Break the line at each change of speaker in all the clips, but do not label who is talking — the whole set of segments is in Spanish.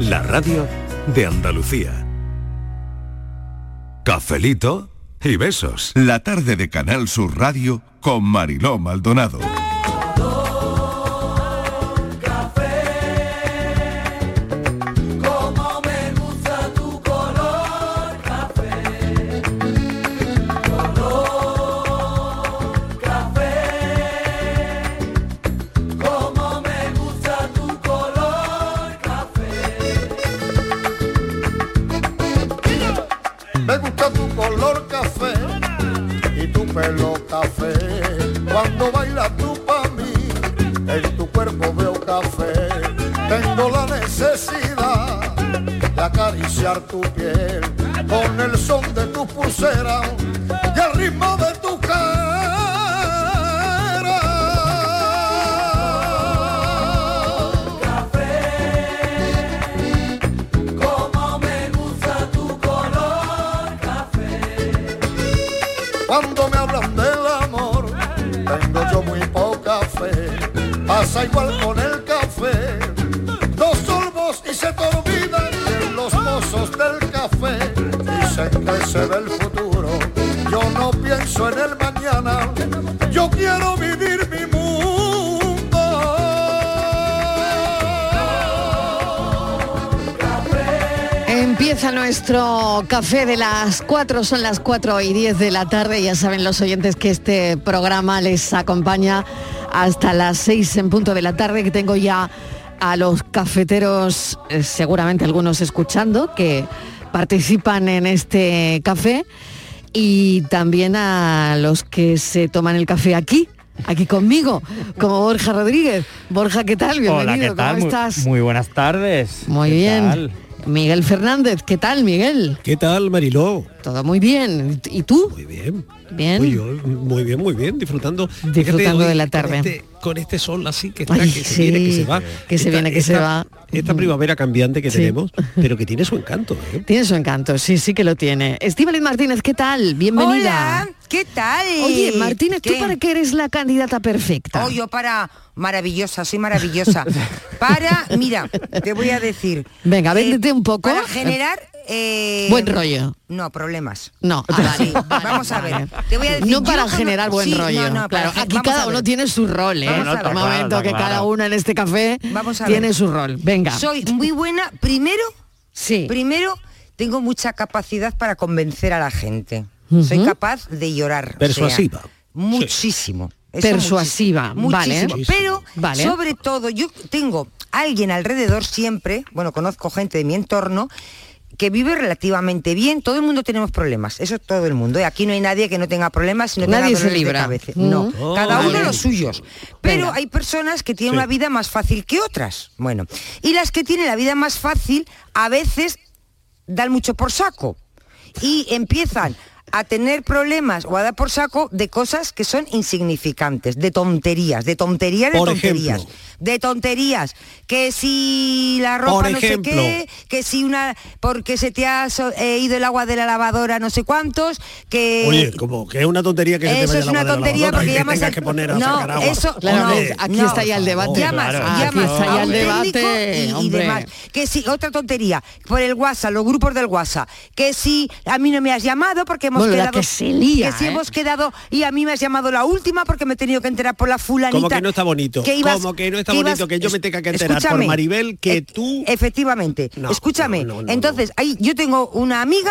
La radio de Andalucía. Cafelito y besos.
La tarde de Canal Sur Radio con Mariló Maldonado.
Como me gusta tu color café, color café. Como me gusta tu color
Me gusta tu color café y tu pelo café. Cuando bailas tú pa' mí, en tu cuerpo veo café. Tengo la necesidad de acariciar tu piel con el son de tu pulsera y el ritmo de tu
como me gusta tu color
Cuando me hablan del amor, tengo yo muy poca fe. Pasa igual con el café. Dos sorbos y se te olvidan de los mozos del café. Dicen que se ve el futuro. Yo no pienso en el mañana. Yo quiero vivir mi
Empieza nuestro café de las 4, son las 4 y 10 de la tarde, ya saben los oyentes que este programa les acompaña hasta las 6 en punto de la tarde, que tengo ya a los cafeteros, eh, seguramente algunos escuchando, que participan en este café y también a los que se toman el café aquí. Aquí conmigo, como Borja Rodríguez. Borja, ¿qué tal? Bienvenido,
Hola, ¿qué tal?
¿cómo
Muy-
estás?
Muy, buenas tardes.
Muy
¿Qué
bien.
tal?
Miguel Fernández, ¿qué tal, Miguel?
¿Qué tal, Mariló?
Todo muy bien. ¿Y tú? Muy
bien.
Bien.
Uy, yo, muy bien, muy bien, disfrutando.
Disfrutando
hoy
de la tarde.
Con este, con este sol así que está,
Ay,
que se viene, que
sí,
se va.
que se viene, que se va.
Esta primavera cambiante que
Sí.
tenemos, pero que tiene su encanto. ¿eh?
Tiene su encanto, sí, sí que lo tiene. Estíbaliz Martínez, ¿qué tal? Bienvenida.
Hola, ¿qué tal?
Oye, Martínez, ¿tú
¿Qué?
para qué eres la candidata perfecta?
Oh, yo para maravillosa, soy maravillosa. Para, mira, te voy a decir.
Venga, véndete un poco.
eh, Para generar eh,
Buen rollo.
No, problemas.
No, ah,
Sí,
vale, vale,
vamos a
vale.
ver. Te voy a decir,
no para
yo como-
generar buen
Sí, no,
rollo.
no, para
claro,
gen-
aquí
vamos a
cada
ver.
uno tiene su rol, ¿eh?
Vamos a
Un
ver. Está
momento
claro,
que
está
cada
claro.
uno en este café
Vamos a
tiene
ver.
su rol. Venga.
Soy muy buena. Primero,
sí.
Primero, tengo mucha capacidad para convencer a la gente. Soy capaz de llorar. o sea,
Persuasiva.
muchísimo. Eso
Persuasiva,
muchísimo,
vale.
muchísimo. Pero
Vale.
sobre todo, yo tengo alguien alrededor siempre, bueno, conozco gente de mi entorno que vive relativamente bien, todo el mundo tenemos problemas, eso todo el mundo. ¿eh? Aquí no hay nadie que no tenga problemas y no
Nadie
tenga
se
dolores de
libra.
cabeza.
Mm.
No,
Oh,
cada uno
vale.
los suyos. Pero
Venga.
hay personas que tienen
Sí.
una vida más fácil que otras. Bueno, y las que tienen la vida más fácil a veces dan mucho por saco y empiezan a tener problemas o a dar por saco de cosas que son insignificantes, de tonterías, de tonterías, de
Por
tonterías,
ejemplo.
de tonterías, que si la ropa
Por
no
ejemplo.
sé qué, que si una porque se te ha so- eh, ido el agua de la lavadora no sé cuántos,
Eh,
que
Oye, como que es una tontería que se te
eso
vaya
es
el
una
agua de la
tontería
lavadora y
porque
que
llamas
tengas
al-
que poner a
no,
sacar agua.
eso
Claro,
no,
no, aquí
no.
está ya el debate.
Llamas,
Claro,
llamas
aquí está
a
ya
un
el
técnico
debate,
y- y,
hombre.
demás. Que sí, otra tontería, por el WhatsApp, los grupos del WhatsApp, que si a mí no me has llamado porque hemos
Bueno, la
quedado
que se lía,
que si
¿eh?
hemos quedado y a mí me has llamado la última porque me he tenido que enterar por la fulanita.
Como que no está bonito,
que ibas-
como que no está
ibas-
bonito que yo me tenga que enterar por
Escúchame,
Maribel que
eh,
tú...
Efectivamente.
No,
Escúchame. Entonces, ahí yo tengo una amiga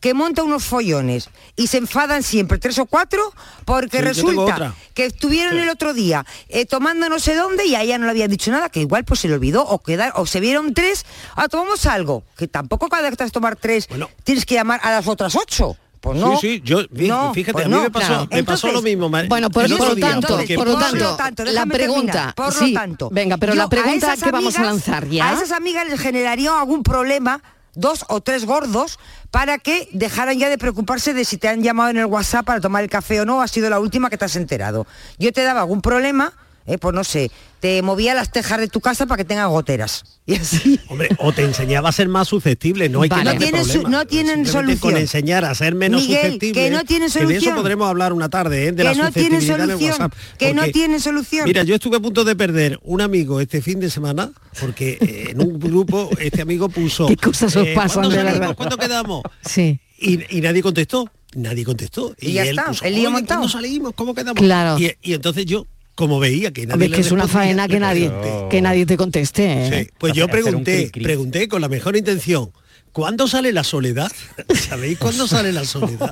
que monta unos follones y se enfadan siempre, tres o cuatro, porque
Sí, yo tengo
resulta
otra.
que estuvieron el otro día eh, tomando no sé dónde y a ella no le había dicho nada, que igual pues se le olvidó, o quedar, o se vieron tres, ah, tomamos algo, que tampoco cada vez que estás tomar tres tienes que llamar a las otras ocho. Pues no.
Sí, sí, yo, fí-
No,
fíjate,
pues
a mí
no,
me pasó,
claro.
me pasó
Entonces-
lo mismo. Mar-
Bueno, por,
el
por
otro
lo
día,
tanto,
porque
por lo
puse-
tanto, la
déjame
pregunta,
terminar. Por
sí,
lo tanto.
venga, pero
yo
la pregunta
a esas
que vamos a
amigas-
lanzar ya.
A esas amigas les generaría algún problema, dos o tres gordos, para que dejaran ya de preocuparse de si te han llamado en el WhatsApp para tomar el café o no, ha sido la última que te has enterado. Yo te daba algún problema. eh, pues no sé, te movía las tejas de tu casa para que tengas goteras. Y así.
Hombre, o te enseñaba a ser más susceptible, no hay
Vale.
que
No
darle
tienen su-
problemas.
no tienen
Simplemente
solución.
Con enseñar a ser menos
Miguel,
susceptible.
que no tienen
Que de
solución.
eso podremos hablar una tarde, ¿eh? de la
Que no tiene
susceptibilidad en el
solución,
WhatsApp,
que no
porque-
tiene solución.
Mira, yo estuve a punto de perder un amigo este fin de semana porque eh, en un grupo este amigo puso
Qué
eh,
cosas os pasan,
¿cuándo
de
salimos?
verdad?"
¿Cuándo quedamos?
Sí.
Y, y nadie contestó, nadie contestó.
Y ya
él
está,
puso,
el lío
"Oye,
montado".
¿Cuándo salimos? ¿Cómo quedamos?
Claro.
Y, y entonces yo, como veía que nadie
Hombre, es
le
que es una
respondía,
faena
le
que nadie,
pregunté.
que nadie te conteste. ¿eh?
Sí, Pues yo
hacer un
pregunté,
cri-cri.
pregunté con la mejor intención. ¿Cuándo sale la soledad? ¿Sabéis cuándo sale la soledad?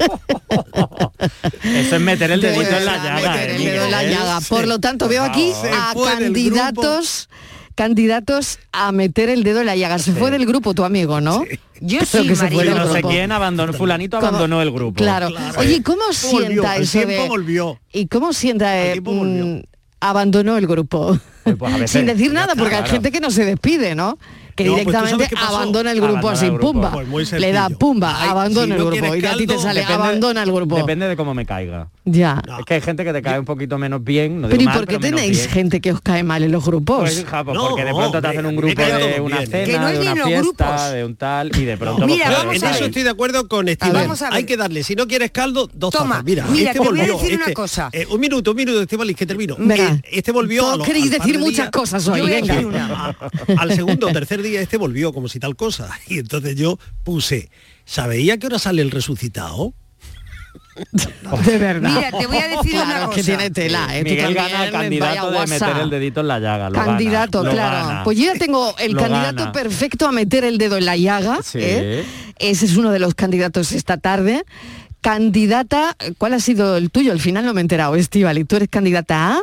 Eso es meter el
De
dedito en la
verdad,
llaga.
meter
eh,
el dedo en la
Miguel.
llaga. Por lo tanto, veo aquí
Se
a
fue del
candidatos candidatos a meter el dedo en la llaga. Se fue del grupo tu amigo, ¿no?
Yo
Creo
sí,
que se fue
Pero
Marilo.
del
no sé
grupo.
quién abandonó, fulanito
¿Cómo?
abandonó el grupo.
Claro.
Claro.
Oye, ¿y ¿cómo
Volvió,
sienta
el
eso
tiempo
de-
volvió.
¿Y cómo sienta
El
eh,
tiempo volvió.
mm, abandonó el grupo?
Pues, pues, a veces,
Sin decir
ya
nada,
está,
porque hay
claro.
gente que no se despide, ¿no? Que
No, pues, ¿tú
directamente
sabes qué pasó?
abandona el grupo
Abandona
así,
el grupo.
pumba.
Pues muy
Le da
sencillo.
pumba,
Ay,
abandona
si no
el grupo.
quieres
Y a ti te
caldo,
sale, abandona el grupo.
Depende de cómo me caiga.
Ya.
No.
Es que hay gente que te cae un poquito menos bien. No
Pero
digo
¿y
mal,
por qué
pero menos
tenéis
bien.
gente que os cae mal en los grupos?
Pues, hija, pues,
No,
porque de pronto te
hombre,
hacen
a mí
un
me
grupo
cae todo
de
bien,
una
¿eh?
Que no
cena,
es
de
ni
una
los grupos.
fiesta, de un tal, y de pronto...
Mira,
pues,
vamos
en
a
ahí.
eso
ver.
estoy de acuerdo con Estivali.
Vamos a ver.
Hay que darle, si no quieres caldo, dos
Toma,
tazas. Mira,
mira,
este
te voy a
volvió.
decir una
este-
cosa.
eh, un minuto, un minuto, Estivali, que termino.
Venga.
Eh, Este volvió.
Todos
a lo-
queréis
al par
decir
de
muchas
días-
cosas hoy,
Yo voy a venga. decir una.
A- Al segundo o tercer día este volvió como si tal cosa. Y entonces yo puse, ¿sabéis a qué hora sale el resucitado?
De verdad.
Mira, te voy a decir
Claro,
una
es
cosa.
que tiene tela, ¿eh? Tú
Miguel gana
también,
al candidato
vaya
de meter
guasa.
el dedito en la llaga. Lo gana,
Candidato,
lo
claro.
gana.
Pues yo ya tengo el
Lo
candidato
gana.
perfecto a meter el dedo en la llaga.
Sí.
¿eh? Ese es uno de los candidatos esta tarde. Candidata, ¿cuál ha sido el tuyo? Al final no me he enterado, Estivali. ¿Tú eres candidata a?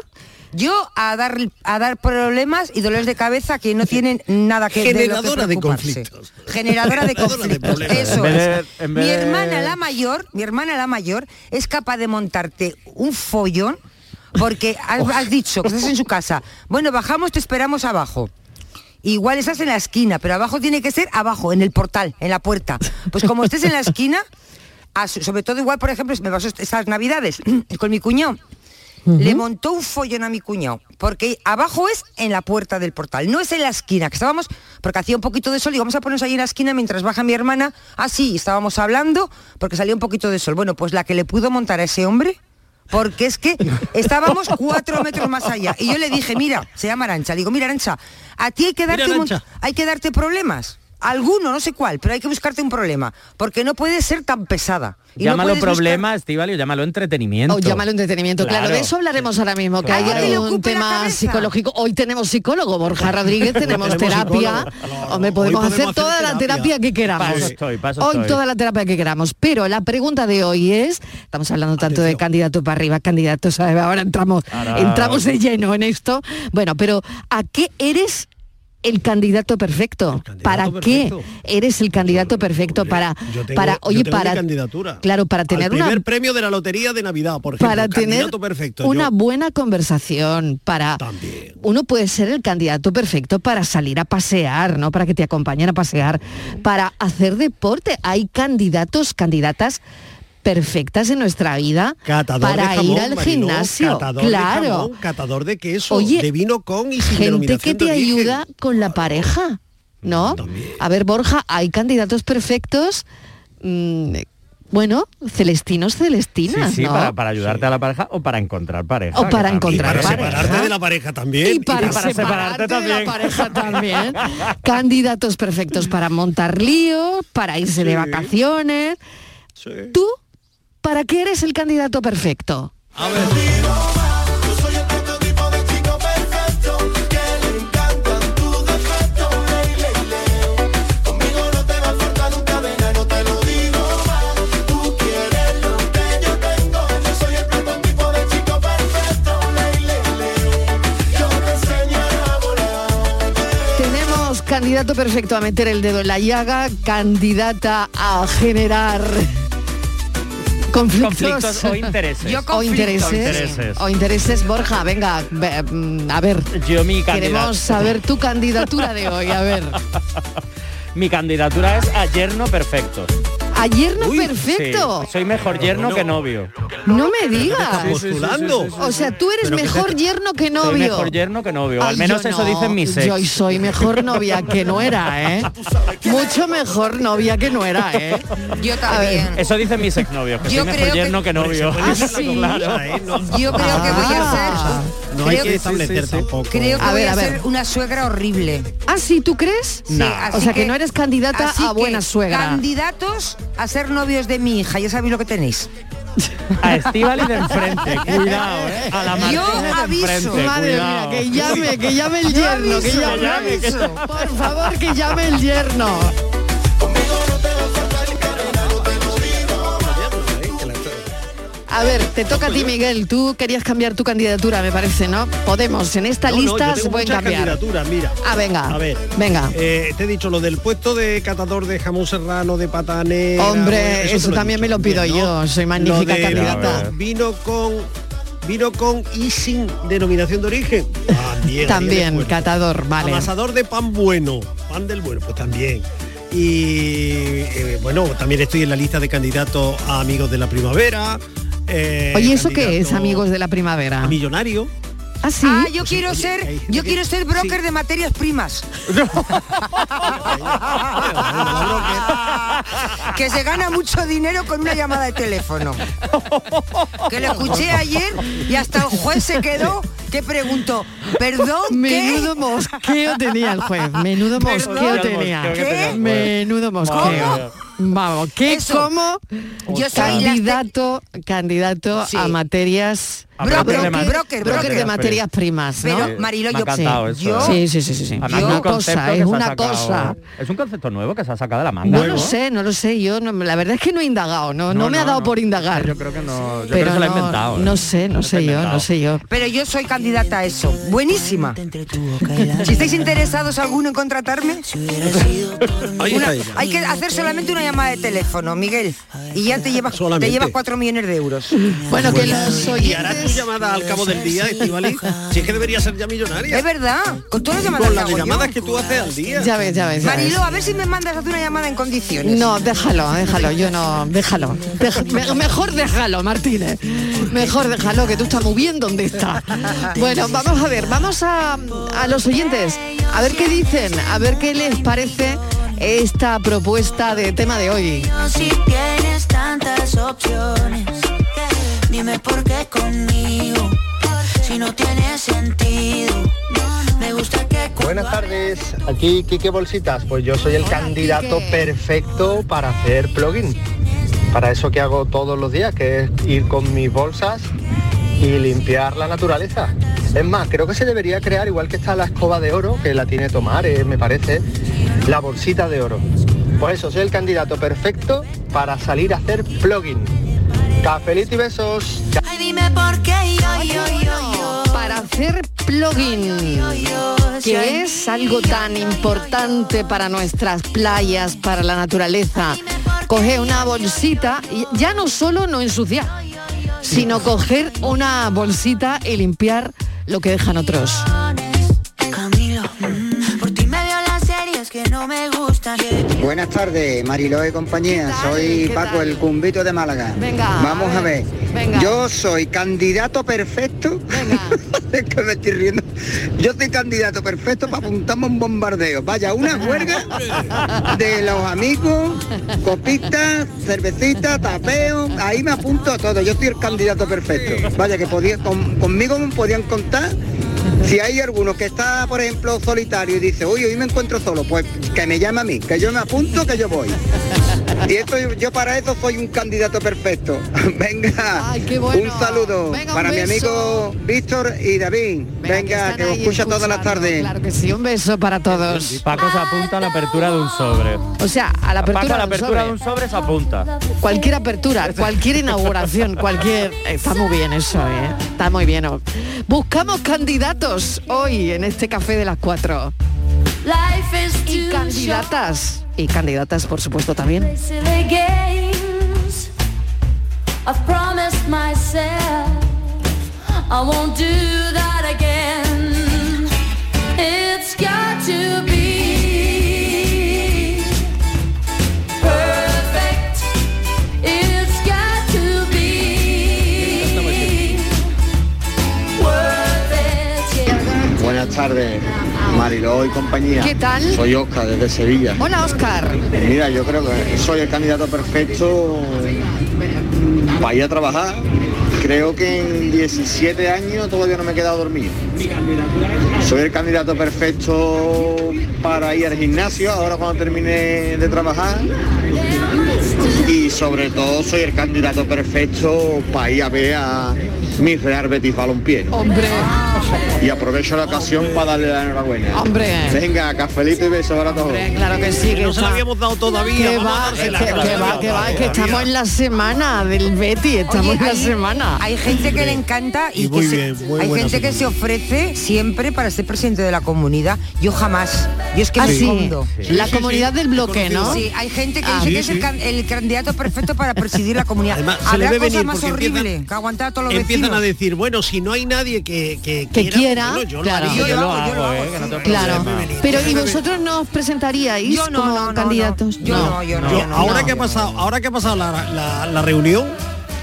Yo a dar, a dar problemas y dolores de cabeza que no tienen nada que ver
Generadora de conflictos.
Generadora de
Generadora de
conflictos.
problemas.
Eso
En vez
es.
de- en vez
Mi
de-
hermana la mayor, mi hermana la mayor es capaz de montarte un follón porque has, has dicho que estás en su casa. Bueno, bajamos, te esperamos abajo. Igual estás en la esquina, pero abajo tiene que ser abajo, en el portal, en la puerta. Pues como estés en la esquina, a su- sobre todo igual, por ejemplo, me pasó est- estas navidades con mi cuñado. Le montó un follón a mi cuñado, porque abajo es en la puerta del portal, no es en la esquina, que estábamos, porque hacía un poquito de sol, y vamos a ponernos ahí en la esquina mientras baja mi hermana, así, estábamos hablando, porque salía un poquito de sol. Bueno, pues la que le pudo montar a ese hombre, porque es que estábamos cuatro metros más allá, y yo le dije, mira, se llama Arancha, le digo, mira Arancha, a ti hay que
Mira,
darte, mon-
Arantxa.
hay que darte problemas. Alguno, no sé cuál, pero hay que buscarte un problema, porque no puedes ser tan pesada. Y no
Llámalo
puedes buscar-
problema, Estivali, o llámalo entretenimiento.
O llámalo entretenimiento. Claro. de eso hablaremos ahora mismo, que
Claro.
hay
Que le
un
ocupe la
tema
cabeza.
psicológico. Hoy tenemos psicólogo, Borja Rodríguez, tenemos
Tenemos
terapia.
psicólogo.
Hombre, podemos
Hoy podemos
hacer
hacer
toda la
terapia.
terapia que queramos.
Paso estoy, paso
hoy
estoy.
toda la terapia que queramos. Pero la pregunta de hoy es, estamos hablando tanto de
Atención.
candidato para arriba, candidato, ¿sabes? ahora entramos,
Ahora-
entramos de lleno en esto. Bueno, pero ¿a qué eres? El candidato perfecto.
candidato
¿Para qué
perfecto.
eres el candidato perfecto? Para,
Yo tengo-
Ah, para,
yo
oye,
tengo mi
para,
candidatura.
claro, para tener
Al
una
primer premio de la lotería de Navidad, por ejemplo.
para tener
candidato perfecto.
una
Yo-
buena conversación, para
También.
uno puede ser el candidato perfecto para salir a pasear, ¿no? Para que te acompañen a pasear, para hacer deporte. Hay candidatos, candidatas perfectas en nuestra vida
Catador
para
de jamón,
ir al
Mariló,
gimnasio.
catador
claro.
de jamón, catador de queso,
Oye,
de vino con y sin
gente
denominación
que
de
te
origen. Mm,
ayuda con la pareja, ¿no?
También.
A ver, Borja, hay candidatos perfectos. mm, bueno, celestinos,
Sí,
celestinas,
sí,
¿no?
para, para ayudarte a la pareja o para encontrar pareja.
O
que
para
también-
Y
encontrar
para
Otra pareja.
separarte de la pareja también.
Y para,
Y para
separarte,
separarte
de la pareja también. Candidatos perfectos para montar lío, para irse de vacaciones. ¿Tú para qué eres el candidato perfecto?
A ver,
Yo soy el prototipo de chico perfecto que le encantan tus defectos, ley, ley, ley. Conmigo no te va a faltar nunca de no te lo digo más. Tú quieres lo que yo tengo. Yo soy el prototipo de chico perfecto, ley, ley, ley. Yo te enseñaré a volar.
Tenemos candidato perfecto a meter el dedo en la llaga, candidata a generar conflictos,
Conflictos o intereses.
Yo
o
conflicto,
intereses.
intereses.
O intereses. Borja, venga, ve- mm, a ver.
Yo mi candidato.
Queremos saber tu candidatura de hoy, a ver.
Mi candidatura es ayer no perfecto.
A yerno perfecto.
Sí, Soy mejor yerno que novio.
No me digas.
estás postulando. Sí, sí, sí, sí, sí.
O sea, tú eres
Pero que
mejor
te-
yerno que novio.
Soy mejor yerno que novio.
Ay,
Al menos
yo
eso
no.
dicen mis ex.
Yo soy mejor novia que no era, ¿eh? Mucho mejor novia que no era, ¿eh?
Yo
también.
Eso dicen mis exnovios, que
Yo
soy mejor
creo que-
yerno que novio.
Ah, sí.
Yo creo que voy
Ah.
a ser
No hay
Creo-
que establecer tampoco.
Creo que
A
voy
ver,
a,
a ver.
ser una suegra horrible.
Ah, sí, ¿tú crees?
Sí,
No.
así
O sea, que no eres candidata
así
a buena
que,
suegra.
Candidatos a ser novios de mi hija, ya sabéis lo que tenéis.
A Estíbaliz de enfrente, cuidado, ¿eh? A la
Yo
Martínez de
aviso.
enfrente,
Madre
cuidado.
mía, que llame, que llame el yerno, que
aviso,
llame,
yo aviso.
aviso. Por favor, que llame el yerno. A ver, te toca a ti, Miguel. Tú querías cambiar tu candidatura, me parece, ¿no? Podemos, en esta
No, no, yo
lista
tengo
se pueden
muchas
cambiar.
candidaturas, mira.
Ah, venga.
A ver.
Venga.
Eh, te he dicho lo del puesto de catador de jamón serrano, de patanes.
Hombre, eso, también me lo pido yo. Soy magnífica candidata.
Vino con vino con y sin denominación de origen. También.
También, catador, vale.
Amasador de pan bueno, pan del bueno, pues también. Y eh, bueno, también estoy en la lista de candidatos a amigos de la primavera. eh,
Oye, ¿eso qué es,
candidato
amigos de la primavera?
a millonario.
Ah, sí.
Ah, yo quiero
eh,
ser, yo quiero ser broker de materias primas. que se gana mucho dinero con una llamada de teléfono. Que lo escuché ayer y hasta el juez se quedó que preguntó, perdón, ¿qué?
Menudo mosqueo tenía el juez. Menudo
Perdón,
mosqueo
el
tenía.
mosqueo que tenía el juez.
Menudo mosqueo. Vamos, ¿qué?
Eso.
¿Cómo?
Yo soy la-
candidato, candidato
Sí.
a materias.
A broker
Broker,
de ma-
broker, broker.
de materias primas, ¿no?
Pero
Me
Marilo,
ha
yo,
encantado eso,
yo-
¿eh?
Sí, sí, sí, sí. sí.
Además,
Es una
un concepto
cosa,
que
es
se ha
una
sacado-
cosa.
Es un concepto nuevo que se ha sacado de la manga.
No lo sé, no lo sé. Yo no- la verdad es que no he indagado, no, no, me ha dado
no.
por indagar.
Yo creo que no. Yo creo
pero
que se lo ha
no,
inventado. ¿eh?
no sé, no
Se lo ha
sé yo, no
inventado.
sé yo.
Pero yo soy candidata a eso. Buenísima. Si estáis interesados alguno en contratarme,
Ahí está
una-
ella.
hay que hacer solamente una llamada de teléfono, Miguel. Y ya te llevas, te
Solamente.
llevas 4 millones de euros.
Bueno, que los
Y harás tu
oyentes.
llamada al cabo del día, Estivali. Si es que debería ser ya millonaria.
Es verdad. Con todas las llamadas
Con
que
las
hago yo.
llamadas que tú haces al día.
Ya ves, ya ves. ya ves.
Marilo, a ver si me mandas a hacer una llamada en condiciones.
No, déjalo, eh, déjalo, yo no, déjalo. Deja- me- mejor déjalo, Martínez. Mejor déjalo, que tú estás muy bien donde está. Bueno, vamos a ver, vamos a, a los oyentes, a ver qué dicen, a ver qué les parece esta propuesta de tema de hoy.
Si tienes tantas opciones, dime por qué conmigo. Si no tiene sentido, me gusta que
Buenas tardes, aquí Quique Bolsitas. Pues yo soy el candidato
Quique.
perfecto para hacer plugin. Para eso que hago todos los días, que es ir con mis bolsas y limpiar la naturaleza. Es más, creo que se debería crear, igual que está la escoba de oro, que la tiene Tomar, eh, me parece, la bolsita de oro. Pues eso, soy el candidato perfecto para salir a hacer plugin. Cafelito y besos.
Ay, dime por qué yo, yo, yo, yo.
Para hacer plugin. que es algo tan importante para nuestras playas, para la naturaleza. Coger una bolsita, y ya no solo no ensuciar, sino coger una bolsita y limpiar lo que dejan otros.
Camilo, mm, por ti me veo las series que no me gustan.
Buenas tardes, Mariló y compañía.
tal?
Soy
¿Qué
Paco,
tal?
el cumbito de Málaga.
Venga,
Vamos
a
a
ver,
ver.
venga.
Yo soy candidato perfecto.
Venga.
es que me estoy riendo. Yo soy candidato perfecto para apuntarme a un bombardeo. Vaya, una huelga de los amigos, copitas, cervecita, tapeo. Ahí me apunto a todo. Yo soy el candidato perfecto. Vaya, que podía, con- conmigo podían contar. Si hay alguno que está, por ejemplo, solitario y dice, uy, hoy me encuentro solo, pues que me llame a mí, que yo me apunto, que yo voy. Y esto, yo para eso soy un candidato perfecto. Venga,
Ay, qué bueno.
un saludo
Venga, un
para mi
beso.
amigo Víctor y David. Venga,
están
que, os
ahí
escucha todas las
escuchando.
tardes.
Claro que sí, un beso para todos.
Paco se apunta a la apertura de un sobre.
O sea, a la apertura,
Paco a
de un
la apertura
sobre.
de un sobre se apunta.
Cualquier apertura, cualquier inauguración, cualquier... Está muy bien eso, ¿eh? Está muy bien. oh. Buscamos candidatos hoy en este café de las cuatro.
Life is
Y
too
candidatas. Y candidatas, por supuesto, también.
Silly games. I've promised myself I won't do that again. It's got to be perfect.
Marilo y compañía.
¿Qué tal?
Soy Oscar desde Sevilla.
Hola, Oscar.
Mira, yo creo que soy el candidato perfecto para ir a trabajar. Creo que en 17 años todavía no me he quedado dormido. Soy el candidato perfecto para ir al gimnasio ahora cuando termine de trabajar. Y sobre todo soy el candidato perfecto para ir a ver a mi Real Betis Balompié. ¿no?
Hombre,
Y aprovecho la ocasión para darle la enhorabuena.
Hombre.
Venga, cafelito y besos para todos.
claro que sí. Que
no se la
está-
habíamos dado todavía.
Que
vamos
va,
a
que,
dársela,
que
vamos a
va,
dársela
que va, es que
todavía.
estamos en la semana del Betty, estamos
Oye,
en la
hay-
semana.
Hay gente que le encanta
Y
y, que
muy
se-
bien, muy
hay
buena
gente que se ofrece siempre para ser presidente de la comunidad. Yo jamás. Yo es que
Ah,
me
sí.
escondo.
Sí, La sí, sí, comunidad del bloque, ¿no?
Sí, hay gente que
Ah.
dice
Sí,
que es el,
sí.
can- el candidato perfecto para presidir la comunidad.
Además, se le
Habrá
ve
cosa
venir
más
porque
horrible
empiezan-
que aguantar a todos los
Empiezan
vecinos.
a decir, bueno, si no hay nadie que, que, pues,
Que quiera,
bueno, yo
claro.
lo haría,
Yo
yo
lo
lo
hago,
hago,
yo
¿eh? Que no tengo
Claro.
problema.
Pero ¿y vosotros nos presentaríais
Yo no,
como
no, no,
candidatos?
no. Yo no, yo no, yo no.
ahora
No,
que ha
yo
pasado, ahora que ha pasado la, la- la reunión,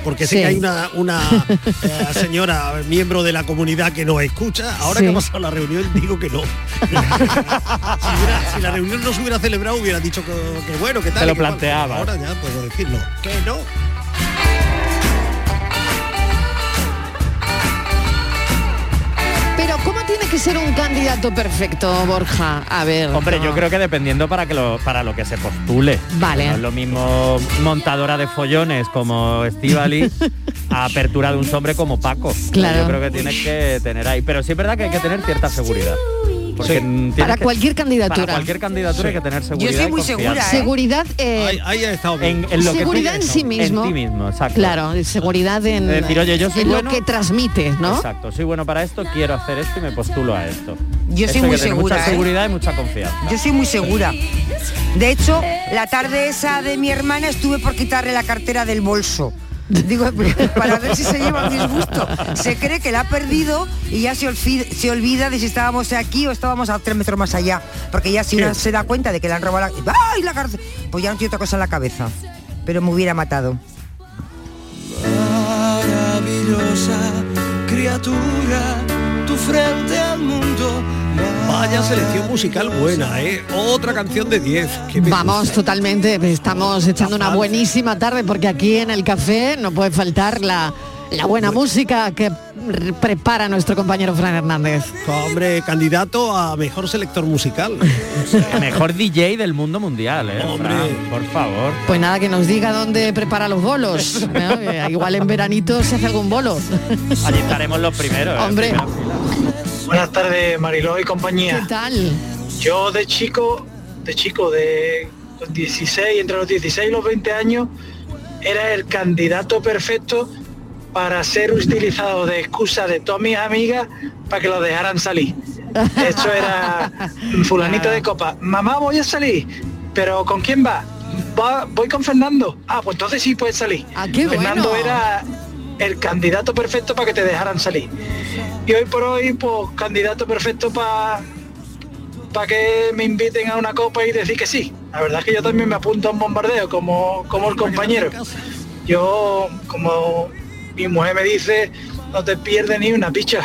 porque sé
Sí.
que hay una, una, eh, señora miembro de la comunidad que nos escucha, ahora
Sí.
que ha pasado la reunión digo que no. si, hubiera- si la reunión no se hubiera celebrado hubiera dicho que, que bueno, que tal.
Te lo
que cual.
planteaba.
Ahora ya puedo decirlo. Que no.
Pero ¿cómo tiene que ser un candidato perfecto, Borja? A ver.
Hombre, yo
no.
creo que dependiendo para que lo, para lo que se postule.
Vale.
No es lo mismo montadora de follones como Estivali a apertura de un sombre como Paco.
Claro.
Yo creo que tienes que tener ahí. Pero sí es verdad que hay que tener cierta seguridad. Porque tienes
Para
que-
cualquier candidatura.
Para cualquier candidatura hay que tener seguridad. y confianza.
Seguridad, eh,
Ahí ha estado
En, en lo que tú
seguridad en
eres,
sí
¿no?
mismo.
En ti mismo, exacto.
claro, seguridad en,
De decir, oye, Eh, yo soy
en
bueno.
lo que transmites, ¿no?
Exacto, soy bueno para esto, quiero hacer esto y me postulo a esto.
Yo soy
Eso hay
muy
que tener
segura,
Mucha
¿eh?
seguridad y mucha confianza.
Yo soy muy segura. De hecho, la tarde esa de mi hermana estuve por quitarle la cartera del bolso. Digo, para ver si se lleva mis gustos. Se cree que la ha perdido y ya se, olfi- se olvida de si estábamos aquí o estábamos a tres metros más allá. Porque ya si una se da cuenta de que le han robado la... ¡Ay, la cartera! Pues ya no tiene otra cosa en la cabeza. Pero me hubiera matado.
Maravillosa criatura, tu frente al mundo.
Vaya selección musical buena, ¿eh? Otra canción de 10. Qué
Vamos, totalmente. Estamos echando una buenísima tarde porque aquí en el café no puede faltar la, la buena música que r- prepara nuestro compañero Fran Hernández.
Hombre, candidato a mejor selector musical.
El mejor DJ del mundo mundial, ¿eh? Fran, por favor.
Pues nada, que nos diga dónde prepara los bolos. ¿no? Eh, Igual en veranito se hace algún bolo.
Allí estaremos los primeros. ¿eh?
Hombre,
Buenas tardes, Mariló y compañía.
¿qué tal?
Yo de chico, de chico de los 16, entre los 16 y los 20 años, era el candidato perfecto para ser utilizado de excusa de todas mis amigas para que lo dejaran salir. Esto era fulanito
Ah.
de copa. Mamá, voy a salir. ¿Pero con quién va? "Va- voy con Fernando. Ah, pues entonces sí puedes salir.
Ah, qué
Fernando
bueno.
era el candidato perfecto para que te dejaran salir. Y hoy por hoy, pues candidato perfecto para para que me inviten a una copa y decir que sí. La verdad es que yo también me apunto a un bombardeo como, como el compañero. Yo, como mi mujer me dice, no te pierdes ni una picha.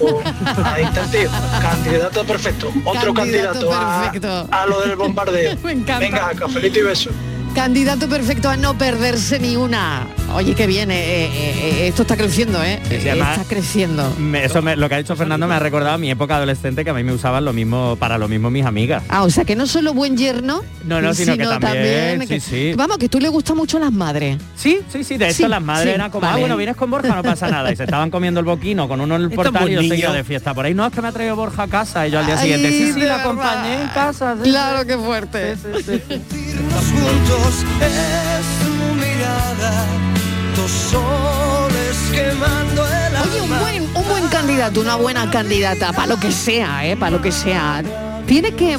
O, ahí está el tío. Candidato perfecto. Otro
Candidato
candidato, a-
perfecto.
A, lo del bombardeo.
Me encanta.
Venga, cafelito y beso.
Candidato perfecto a no perderse ni una. Oye, que viene. esto está creciendo, ¿eh?
Sí, sí,
Eh,
además-
está creciendo.
Me- eso me- lo que ha dicho Fernando me ha recordado mi época adolescente que a mí me usaban lo mismo para lo mismo mis amigas.
Ah, o sea que no solo buen yerno,
No, no, sino que también, sí,
que-
sí.
Vamos, que tú le gustas mucho a las madres.
Sí, sí, sí, de hecho
Sí,
las madres
sí,
eran como, ah,
vale.
bueno, vienes con Borja, no pasa nada. Y se estaban comiendo el boquino con uno en el
Estos
portal y yo
boniños.
seguía de fiesta por ahí. No, es que me ha traído Borja a casa y yo al día
Ay,
siguiente, sí, sí,
de
la
verdad.
acompañé en casa. sí,
Claro,
sí".
qué fuerte.
juntos es tu mirada, dos soles quemando el
Oye, un
alma.
buen, un buen candidato, una buena candidata, para lo que sea, ¿eh? Para lo que sea. Tiene que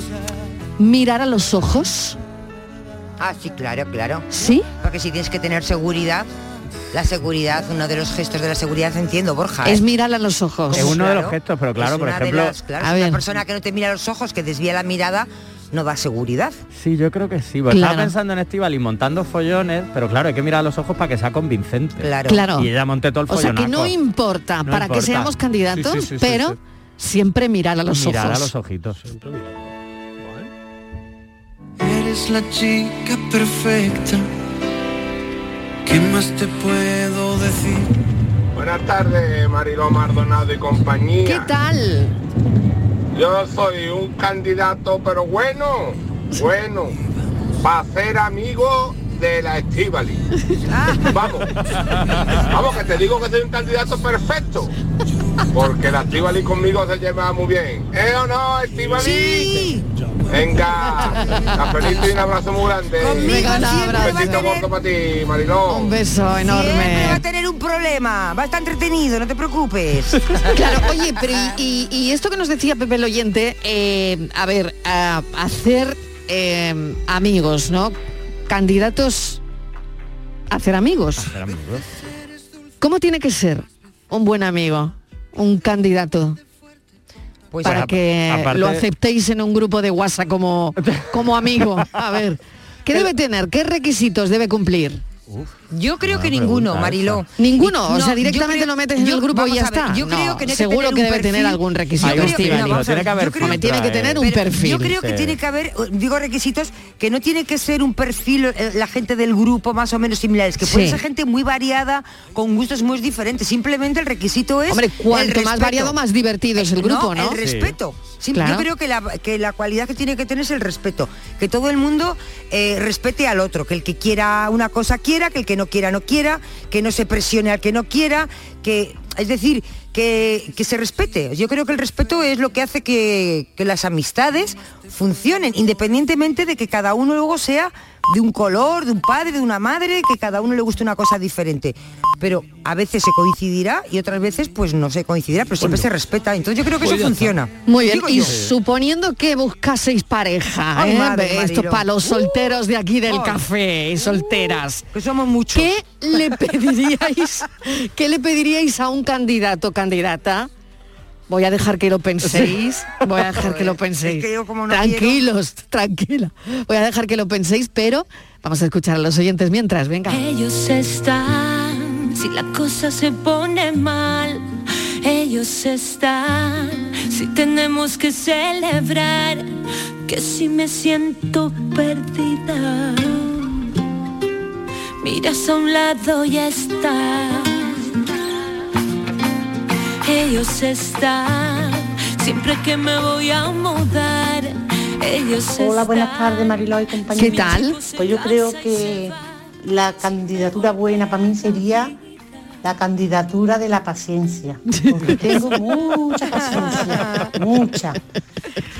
mirar a los ojos,
Ah, sí, claro, claro.
¿sí?
Porque si tienes que tener seguridad, la seguridad, uno de los gestos de la seguridad, entiendo, Borja. ¿eh?
Es mirar a los ojos.
Es uno de los
Claro.
gestos, pero claro,
Es
por
una de
ejemplo...
las- claro,
A
si
ver.
una persona que no te mira a los ojos, que desvía la mirada, no da seguridad.
Sí, yo creo que sí.
pues,
porque
Claro.
Estaba pensando en Estival y montando follones, pero claro, hay que mirar a los ojos para que sea convincente.
Claro.
Claro.
Y ella monté todo el
O sea que
follonaco.
no importa
No
para que
importa.
seamos candidatos,
Sí, sí, sí, sí,
pero
sí.
Siempre mirar a los
Mirar
ojos.
a los ojitos.
Eres la chica perfecta. ¿Qué más te puedo decir?
Buenas tardes, Mariló Mardonado y compañía.
¿Qué tal?
Yo soy un candidato, pero bueno, bueno, para ser amigo de la Estivali.
Ah.
Vamos, vamos, que te digo que soy un candidato perfecto. Porque la Estivali conmigo se lleva muy bien. ¿Eh o no, Estivali? Venga, la feliz y un abrazo muy grande.
Conmigo Venga, un siempre abrazo.
Un besito gordo para ti, Mariló.
Un beso
Siempre va a
enorme.
tener un problema. Va a estar entretenido, no te preocupes.
Claro, oye, pero y, y- y esto que nos decía Pepe el oyente, eh, a ver, a- hacer eh, amigos, ¿no? Candidatos hacer amigos. ¿Cómo tiene que ser un buen amigo, un candidato?
Pues
para
a-
que
aparte-
lo aceptéis en un grupo de WhatsApp como, como amigo. A ver, ¿qué debe tener? ¿Qué requisitos debe cumplir?
Yo creo
Buena
que ninguno,
pregunta
Mariló.
esa. Ninguno, o sea,
yo
directamente lo metes en el grupo y
vamos
ya
a ver,
está.
Yo
No,
creo que no hay
seguro
tener
que
un
debe tener
perfil.
algún
Yo
requisito.
creo que-
Estíbaliz,
vamos a
tiene
ver,
que haber
yo creo-
Hombre, tiene que tener un
Pero Yo
perfil.
creo que
Sí.
tiene que haber, eh, digo requisitos, que no tiene que ser un perfil eh, la gente del grupo más o menos similares, que puede
Sí.
ser gente muy variada, con gustos muy diferentes. Simplemente el requisito es.
Hombre,
el
cuanto más
respeto.
variado, más divertido es el grupo, ¿no?
El respeto. Sí,
Claro.
Yo creo que la, que la cualidad que tiene que tener es el respeto. Que todo el mundo eh, respete al otro. Que el que quiera una cosa quiera, que el que no quiera no quiera, que no se presione al que no quiera, que es decir, que, que se respete. Yo creo que el respeto es lo que hace que, que las amistades funcionen, independientemente de que cada uno luego sea de un color, de un padre, de una madre, que cada uno le guste una cosa diferente. Pero a veces se coincidirá y otras veces pues no se coincidirá, pero siempre se respeta. Entonces yo creo que
Pues
eso
ya está.
funciona.
Muy bien,
Digo
y
yo.
suponiendo que buscaseis pareja,
Ay,
¿eh?
Oh, madre,
esto
Mariló.
para los solteros de aquí del
Ay.
café y solteras.
Uh, oh. Que somos muchos.
¿Qué le pediríais? ¿Qué le pediríais a un candidato, candidata? Voy a dejar que lo penséis, voy a dejar que lo penséis.
que yo como no
Tranquilos, tranquila. Voy a dejar que lo penséis, pero vamos a escuchar a los oyentes mientras, venga.
Ellos están, si la cosa se pone mal, ellos están, si tenemos que celebrar, que si me siento perdida, miras a un lado y están. Ellos están, siempre que me voy a mudar, ellos
Hola,
están.
buenas tardes, Mariló y compañía.
¿Qué tal?
Pues yo creo que la candidatura buena para mí sería la candidatura de la paciencia. Porque tengo mucha paciencia, mucha.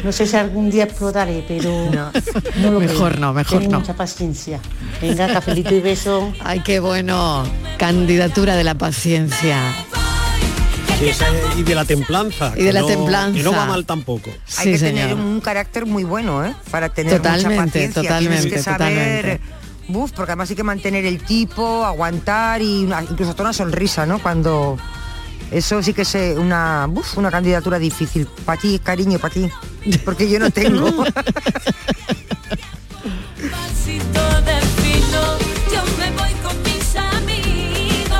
No sé si algún día explotaré, pero no, lo
Mejor
creo.
no, mejor
Tengo
no.
mucha paciencia. Venga, cafelito y beso.
Ay, qué bueno. Candidatura de la paciencia.
Sí, esa es- y de la templanza.
Y de
que
la
no-
templanza.
Que no va mal tampoco.
Hay que tener un carácter muy bueno, ¿eh? Para tener
Totalmente,
mucha paciencia. Tienes
totalmente,
que saber,
totalmente.
buf, porque además hay que mantener el tipo, aguantar y una- incluso hasta una sonrisa, ¿no? Cuando eso sí que es eh, una, buf, una candidatura difícil. Para ti, cariño, para ti. Porque yo no tengo.
Si todo de fino, yo me voy con mis amigos.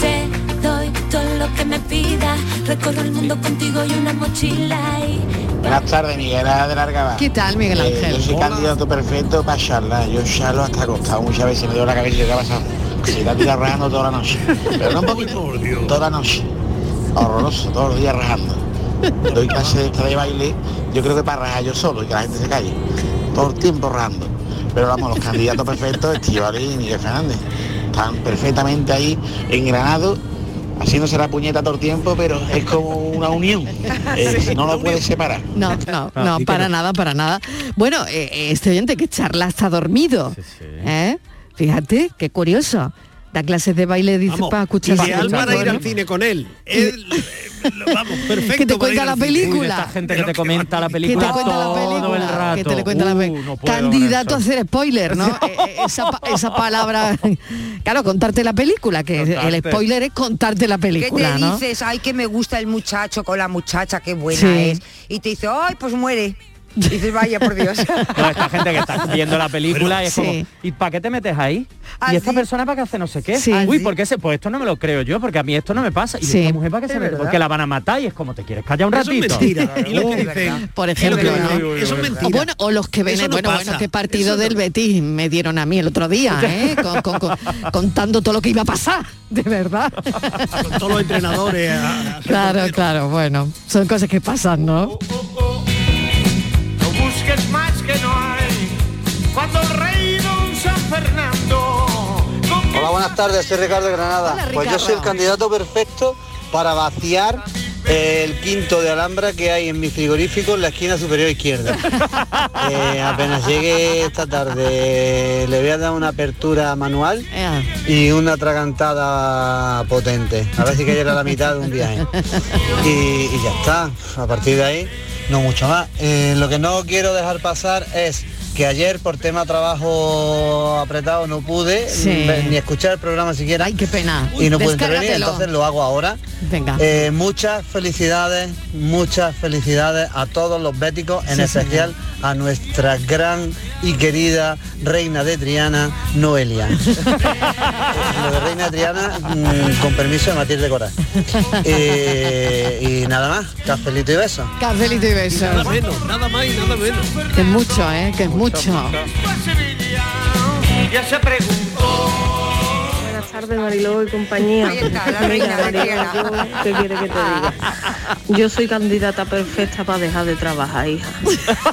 Te doy todo lo que me pidas. Recorro el mundo contigo y una mochila y
Buenas tardes, Miguel de Largaba.
¿Qué tal, Miguel Ángel?
yo soy candidato perfecto para charlar. Yo charlo hasta acostado. Muchas veces me dio la cabeza y yo, ¿qué ha pasado? Se está tira rajando toda la noche. Pero no un poquito, toda la noche. Horroroso, todos los días rajando. Doy clase de, esta de baile, yo creo que para rajar yo solo y que la gente se calle. Todo el tiempo rajando. Pero vamos, los candidatos perfectos, Estivali y Miguel Fernández. Están perfectamente ahí engranados haciéndose la puñeta todo el tiempo, pero es como una unión. Eh, no lo puedes separar.
No, no, Ah, no,
sí que
para
no.
nada, para nada. Bueno, eh, eh, este oyente que charla está dormido. ¿eh? Fíjate, qué curioso. Da clases de baile, dice,
Vamos,
para escuchar.
ideal para ir al
¿no?
cine con él. Él, eh, vamos, perfecto.
Que te
para
cuenta
ir al
la
cine.
película. Uy, de
esta gente que te comenta la película
cuenta la
todo el
película,
rato.
que te le cuenta la
Uh,
pe-
no puedo con
Candidato a
eso.
hacer spoiler, ¿no? Eh, eh, esa, pa- esa palabra. Claro, contarte la película, que el
Contarte.
spoiler es contarte la
¿Qué te
película, ¿no?
dices? Ay, que me gusta el muchacho con la muchacha, qué buena
Sí.
es. Y te dice, ay, pues muere. Y dices, vaya, por Dios.
No, esta gente que está viendo la película y es como,
Sí.
¿y para qué te metes ahí? ¿Y esta persona para qué hace no sé qué?
Sí.
¿eh? Uy, ¿por qué se? Pues esto no me lo creo yo, porque a mí esto no me pasa. Y
Sí.
esta mujer para qué se
Es
mete?
verdad.
Porque la van a matar y es como, ¿te quieres callar un
Eso es
ratito?
mentira. Y lo que
dicen-
Por ejemplo, ¿no?
eso es
O bueno, o los que ven,
Eso no
bueno,
pasa.
bueno, qué partido del Betis me dieron a mí el otro día, ¿eh? Con- con- con- contando todo lo que iba a pasar, de verdad.
Con todos los entrenadores. ah,
Claro, claro, bueno, son cosas que pasan, ¿no?
No busques más que no hay. Cuando el rey Don San Fernando.
Hola, buenas tardes, soy Ricardo de Granada.
Hola,
Pues yo soy el
Ricardo.
candidato perfecto para vaciar el quinto de alhambra que hay en mi frigorífico en la esquina superior izquierda. Eh, apenas llegue esta tarde le voy a dar una apertura manual y una atragantada potente. A ver si que a la mitad de un viaje. Y, y ya está. A partir de ahí, no mucho más. Eh, lo que no quiero dejar pasar es que ayer por tema trabajo apretado no pude
Sí.
ver- Mm, ni escuchar el programa siquiera. Ay,
qué pena.
Y no pude intervenir,
Descárgatelo.
entonces lo hago ahora.
Venga.
Eh, muchas felicidades, muchas felicidades a todos los béticos, en
Sí,
especial a nuestra gran y querida reina de Triana, Noelia. Lo de reina de Triana, mm, con permiso de Matilde Coral. Eh, y nada más, cafelito y besos.
Cafelito y
Nada
besos.
menos, nada más y nada menos.
Que es mucho, ¿eh? Que es mucho.
Ya se preguntó.
Buenas tardes, Mariló y compañía. Venga, Mariló, yo- ¿qué quiere que te diga? Yo soy candidata perfecta para dejar de trabajar, hija.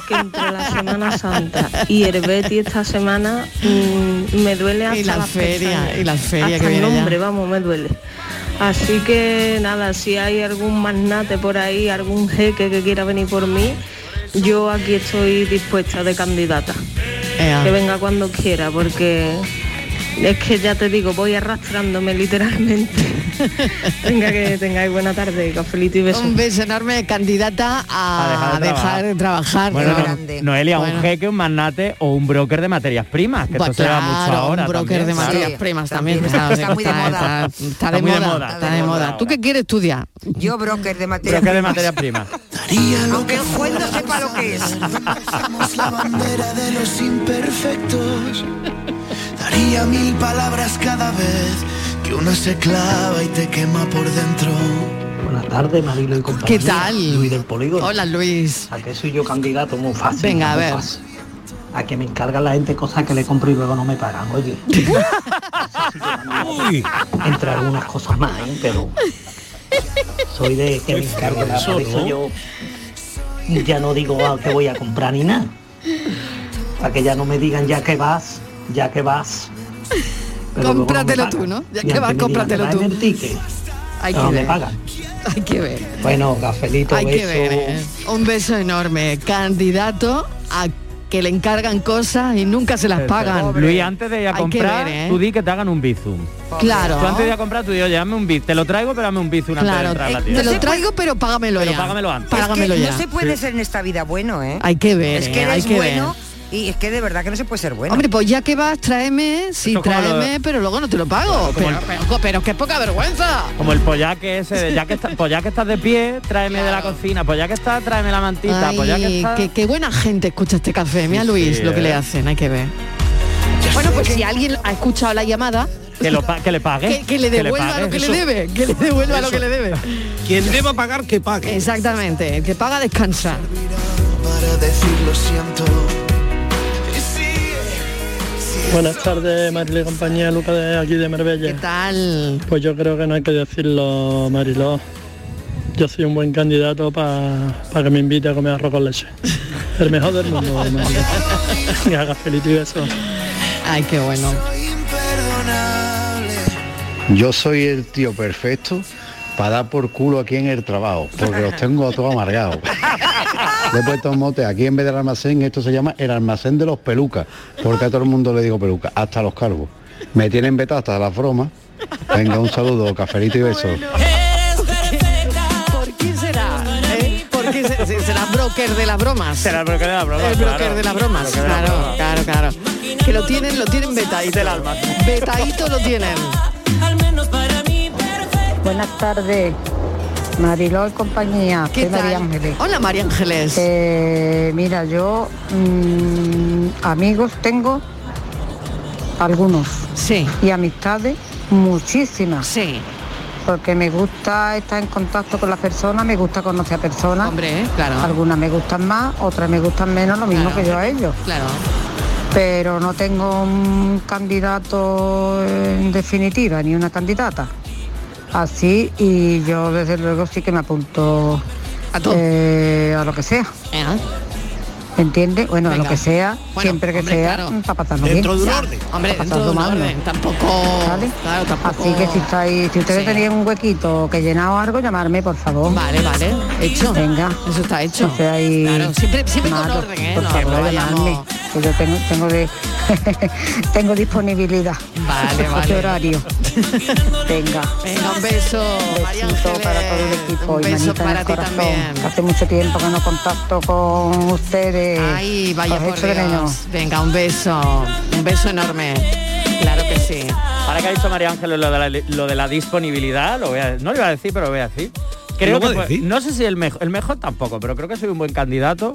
Que entre la Semana Santa y el Betty esta semana mm, me duele hasta
Y la
las
feria,
pestañas.
y la feria
Hasta
que
el
viene ya.
nombre, vamos, me duele. Así que nada, si hay algún magnate por ahí, algún jeque que quiera venir por mí, yo aquí estoy dispuesta de candidata.
Ea.
Que venga cuando quiera, porque es que ya te digo, voy arrastrándome literalmente. venga, que tengáis buena tarde, cafelito y besos.
Un beso enorme, candidata a,
A dejar
dejar de trabajar.
Bueno,
¿no?
no- Noelia, un
Bueno.
jeque, un magnate o un broker de materias primas, que
Bah,
esto se da mucho
claro,
ahora.
un broker
también,
de
claro.
materias primas también, claro,
Está muy de
está-
moda.
está- está de moda, está de moda. ¿Tú qué quieres estudiar?
Yo broker de materia.
Broker de materias primas.
Aunque el juez no sepa lo que es.
Somos la bandera de los imperfectos. Daría mil palabras cada vez que una se clava y te quema por dentro.
Buenas tardes, Marilo y compañía.
¿Qué tal?
Luis del Polígono.
Hola, Luis.
¿A qué soy yo candidato? Muy fácil.
Venga, a
muy
ver.
fácil. A que me encarga la gente cosas que le compro y luego no me pagan, oye. Entre algunas cosas más, ¿eh? pero soy de que me encargue la
eso,
por eso
¿no?
yo ya no digo ah, que voy a comprar ni nada. Para que ya no me digan ya que vas, ya que vas. Pero luego me
Cómpratelo
pagan.
tú, ¿no?
Y
Ya que
aunque
vas,
me digan,
cómpratelo
"Tráeme el
tú.
ticket",
Hay
no
que
me
ver.
pagan. Pues,
Hay que ver.
Bueno, gafelito,
Hay que
beso.
ver. ¿eh? Un beso enorme. Candidato a que le encargan cosas y nunca se las pagan.
Luis, antes de ir a
Hay que
comprar,
ver, ¿eh?
tú di que te hagan un bizum.
Claro.
Tú antes de ir a comprar, tú di, oye, dame un bizum. Te lo traigo, pero dame un bizum antes de
Claro, eh,
entrar a la
te
tienda.
te lo traigo, pero págamelo
Pero
ya.
págamelo antes.
Págamelo
es que
ya.
no se puede
Sí.
ser en esta vida bueno, ¿eh?
Hay que ver,
Es que
¿eh?
eres
Hay que
bueno y es que de verdad que no se puede ser bueno.
Hombre, pues ya que vas, tráeme, sí,
Esto es como lo-
tráeme, pero luego no te lo pago.
Claro, como
Pero,
el-
pero, pero qué poca vergüenza.
Como el pollaque ese, de, ya que está- pues ya que estás de pie, tráeme de la cocina, pues ya que estás, tráeme la mantita, pues ya que
Ay,
estás...
qué, qué buena gente escucha este café. Mira
Sí,
Luis
sí,
lo que
eh.
le hacen, hay que ver. Bueno, pues si alguien ha escuchado la llamada,
Que, lo pa- que le pague.
que, que le devuelva
pague.
lo que
Eso.
le debe, que le devuelva lo que le debe.
Quien deba pagar, que pague.
Exactamente, el que paga descansa.
Para decir lo siento. Y sigue, sigue
Buenas tardes, Mariló y compañía, Luca de aquí de Marbella. ¿Qué
tal?
Pues yo creo que no hay que decirlo, Mariló. Yo soy un buen candidato para que me invite a comer arroz con leche. El mejor del mundo, Mariló. Y haga feliz y besos.
Ay, qué bueno.
Yo soy el tío perfecto para dar por culo aquí en el trabajo, porque los tengo a todos amargados. Le he puesto un mote aquí en vez del almacén, esto se llama el almacén de los pelucas, porque a todo el mundo le digo peluca, hasta los calvos. Me tienen vetado hasta las bromas. Venga, un saludo, cafelito y besos.
¿Por qué será? eh? ¿Por qué se- se- será broker de las bromas?
Será el broker de las bromas,
El broker
claro.
de las bromas,
Broker de las
claro,
bromas.
claro, claro. Que lo tienen, lo tienen vetadito.
Del alma.
Vetadito lo tienen.
Buenas tardes.
Mariló y compañía.
¿Qué
soy María
tal?
Ángeles.
Hola María Ángeles.
Eh, mira, yo mm, amigos tengo algunos.
Sí.
Y amistades muchísimas.
Sí.
Porque me gusta estar en contacto con las personas, me gusta conocer a personas.
Hombre, claro.
Algunas me gustan más, otras me gustan menos, lo mismo
Claro.
que yo a ellos.
Claro.
Pero no tengo un candidato en definitiva, ni una candidata. Así, y yo desde luego sí que me apunto eh,
a,
a lo que sea.
¿Me
entiendes? Bueno, a lo
Venga.
que sea,
Bueno,
siempre que
hombre,
sea,
claro.
para pasarlo bien.
Ya, Hombre,
Pa'
dentro de
pasarlo
un
mal, ¿no?
orden, tampoco... Claro, tampoco...
Así que si estáis, si ustedes
Sí.
tenían un huequito que llenado algo, llamarme, por favor. Pues
Vale, vale, hecho.
Venga.
Eso está hecho.
No seáis
Claro, siempre- siempre con
malos,
orden, ¿eh?
Por
No,
favor,
no vayamos-
llamadme, que yo tengo, tengo de tengo disponibilidad.
Vale,
Ese
vale.
horario. Venga.
Venga, un beso, María
para todo el equipo
Un
y
beso
manita en
para
el
ti
corazón.
también.
Hace mucho tiempo que no contacto con ustedes.
Ay, vaya
Eh, Os
por
echo de menos.
Dios. Venga, un beso. Un beso enorme. Claro que sí.
Ahora que ha dicho María Ángeles lo de la, lo de la disponibilidad, lo voy a- no lo iba a decir, pero lo voy a decir. Creo
¿Lo va
que
a
fue- no sé si el mejor, el mejor tampoco, pero creo que soy un buen candidato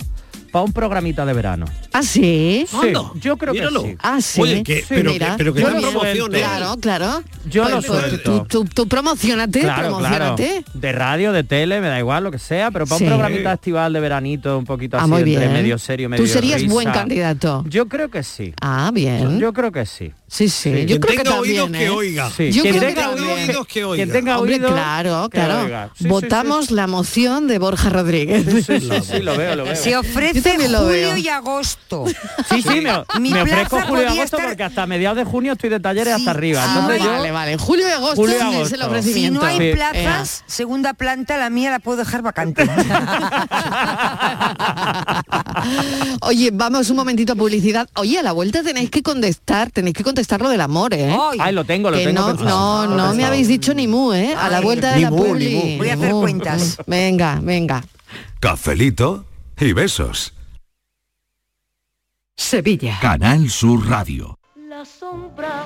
para un programita de verano.
¿Ah, sí?
Sí, Anda, yo creo que míralo. sí.
Ah, sí.
Oye, que-
Sí,
pero que-
mira.
pero que
Yo
dan
lo suelto.
promociones.
Claro, claro.
Yo lo
Tú,
suelto.
tú, tú promocionate,
Claro, claro.
promocionate.
De radio, de tele, me da igual, lo que sea, pero para
Sí.
un programita estival de veranito, un poquito
Ah,
así,
muy
entre
bien.
medio serio, medio
Tú serías
risa.
buen candidato.
Yo creo que sí.
Ah, bien.
Yo creo que sí.
Sí, sí. Yo creo que también, ¿eh?
Sí.
Yo
Quien
creo que
tenga
también.
oídos, que oiga. Quien tenga
Hombre,
oídos,
claro,
que
claro.
oiga. Sí, sí,
Votamos la moción de Borja Rodríguez.
Sí, sí, sí, lo veo, lo veo.
Se
Yo
ofrece
también lo
julio
veo.
y agosto.
Sí, sí, me,
Mi
me ofrezco
plaza
julio y
podía
agosto
estar-
porque hasta mediados de junio estoy de talleres hasta arriba.
Ah,
Entonces yo-
vale, vale. Julio y agosto
Julio y
es el
agosto.
Si
ofrecimiento.
no hay
Sí.
plazas, segunda planta, la mía la puedo dejar vacante.
Oye, vamos un momentito a publicidad. Oye, a la vuelta tenéis que contestar, tenéis que contestar lo del amor, ¿eh?
Ay, lo tengo, lo
Que
tengo
no,
pensado.
no,
Lo he
no me
pensado.
habéis dicho ni mu, ¿eh? A la
Ay.
vuelta de
Ni
la
mu,
publi.
ni mu. Voy a
Ni
hacer
mu.
cuentas.
Venga, venga.
Cafelito y besos.
Sevilla.
Canal Sur Radio.
La sombra,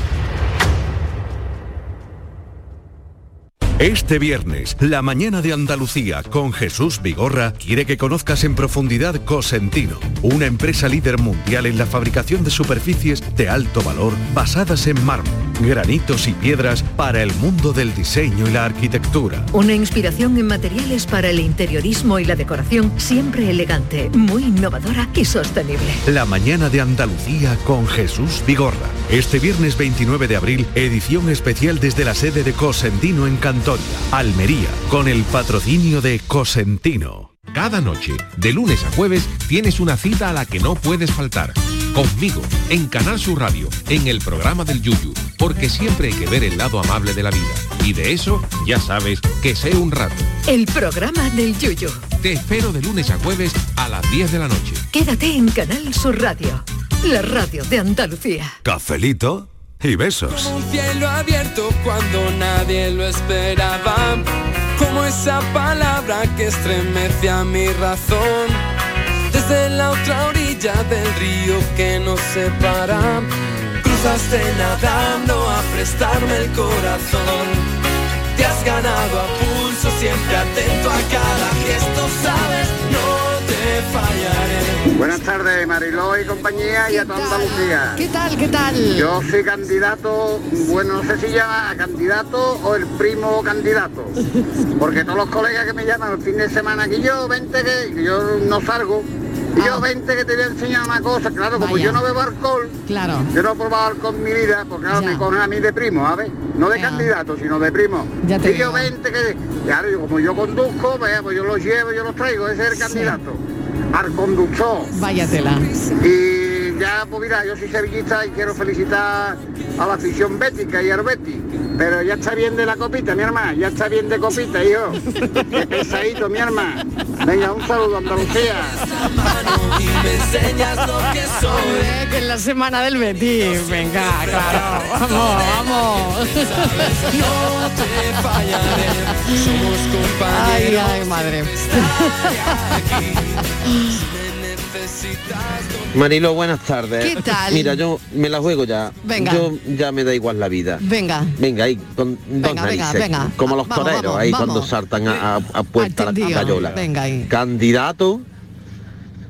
Este viernes, la mañana de Andalucía con Jesús Vigorra quiere que conozcas en profundidad Cosentino, una empresa líder mundial en la fabricación de superficies de alto valor basadas en mármol, granitos y piedras para el mundo del diseño y la arquitectura.
Una inspiración en materiales para el interiorismo y la decoración, siempre elegante, muy innovadora y sostenible.
La mañana de Andalucía con Jesús Vigorra. Este viernes 29 de abril, edición especial desde la sede de Cosentino en Cantoria, Almería, con el patrocinio de Cosentino.
Cada noche, de lunes a jueves, tienes una cita a la que no puedes faltar. Conmigo, en Canal Sur Radio, en el programa del Yuyu, porque siempre hay que ver el lado amable de la vida. Y de eso, ya sabes, que sé un rato.
El programa del Yuyo.
Te espero de lunes a jueves a las 10 de la noche.
Quédate en Canal Sur Radio, la radio de Andalucía.
Cafelito y besos.
Un cielo abierto cuando nadie lo esperaba. Como esa palabra que estremece a mi razón. Desde la otra orilla del río que nos separa. Cruzaste nadando a prestarme el corazón. Te has ganado a pulso, siempre atento a cada gesto, sabes, no te fallaré.
Buenas tardes, Mariló y compañía y a toda Andalucía.
¿Qué tal? ¿Qué tal?
Yo soy candidato, bueno, no sé si llama a candidato o el primo candidato, porque todos los colegas que me llaman el fin de semana que yo, vente que que yo no salgo, y yo vente que te voy a enseñar una cosa, claro, como
Ah. Vaya.
yo no bebo alcohol,
Claro.
yo no he probado alcohol en mi vida, porque claro, me cogen a mí de primo, ¿sabes? No de candidato, sino de primo.
Ya te
y yo
digo.
vente que, claro, yo- como yo conduzco, pues, pues yo los llevo, yo los traigo, ese es el
Sí.
candidato. Al conductor.
Vaya tela.
Y ya, pues mira, yo soy sevillista y quiero felicitar a la afición bética y al Betis. Pero ya está bien de la copita, mi hermana, ya está bien de copita, hijo. Qué pesadito, mi hermana. Venga, un saludo, Andalucía.
Me enseñas lo que soy.
Hombre, que en la semana del Betis, venga, claro, vamos, vamos.
No te fallaré. Somos
Ay,
compañeros.
ay, madre.
Marilo, buenas tardes.
¿Qué tal?
Mira, yo me la juego ya.
Venga.
Yo ya me da igual la vida.
Venga,
Venga, ahí, con dos
Venga, venga,
narices.
venga. Ah,
Como los
Vamos,
toreros,
vamos,
ahí
vamos.
cuando saltan a, a- a puerta la
Atendido.
cayola.
Venga ahí.
Candidato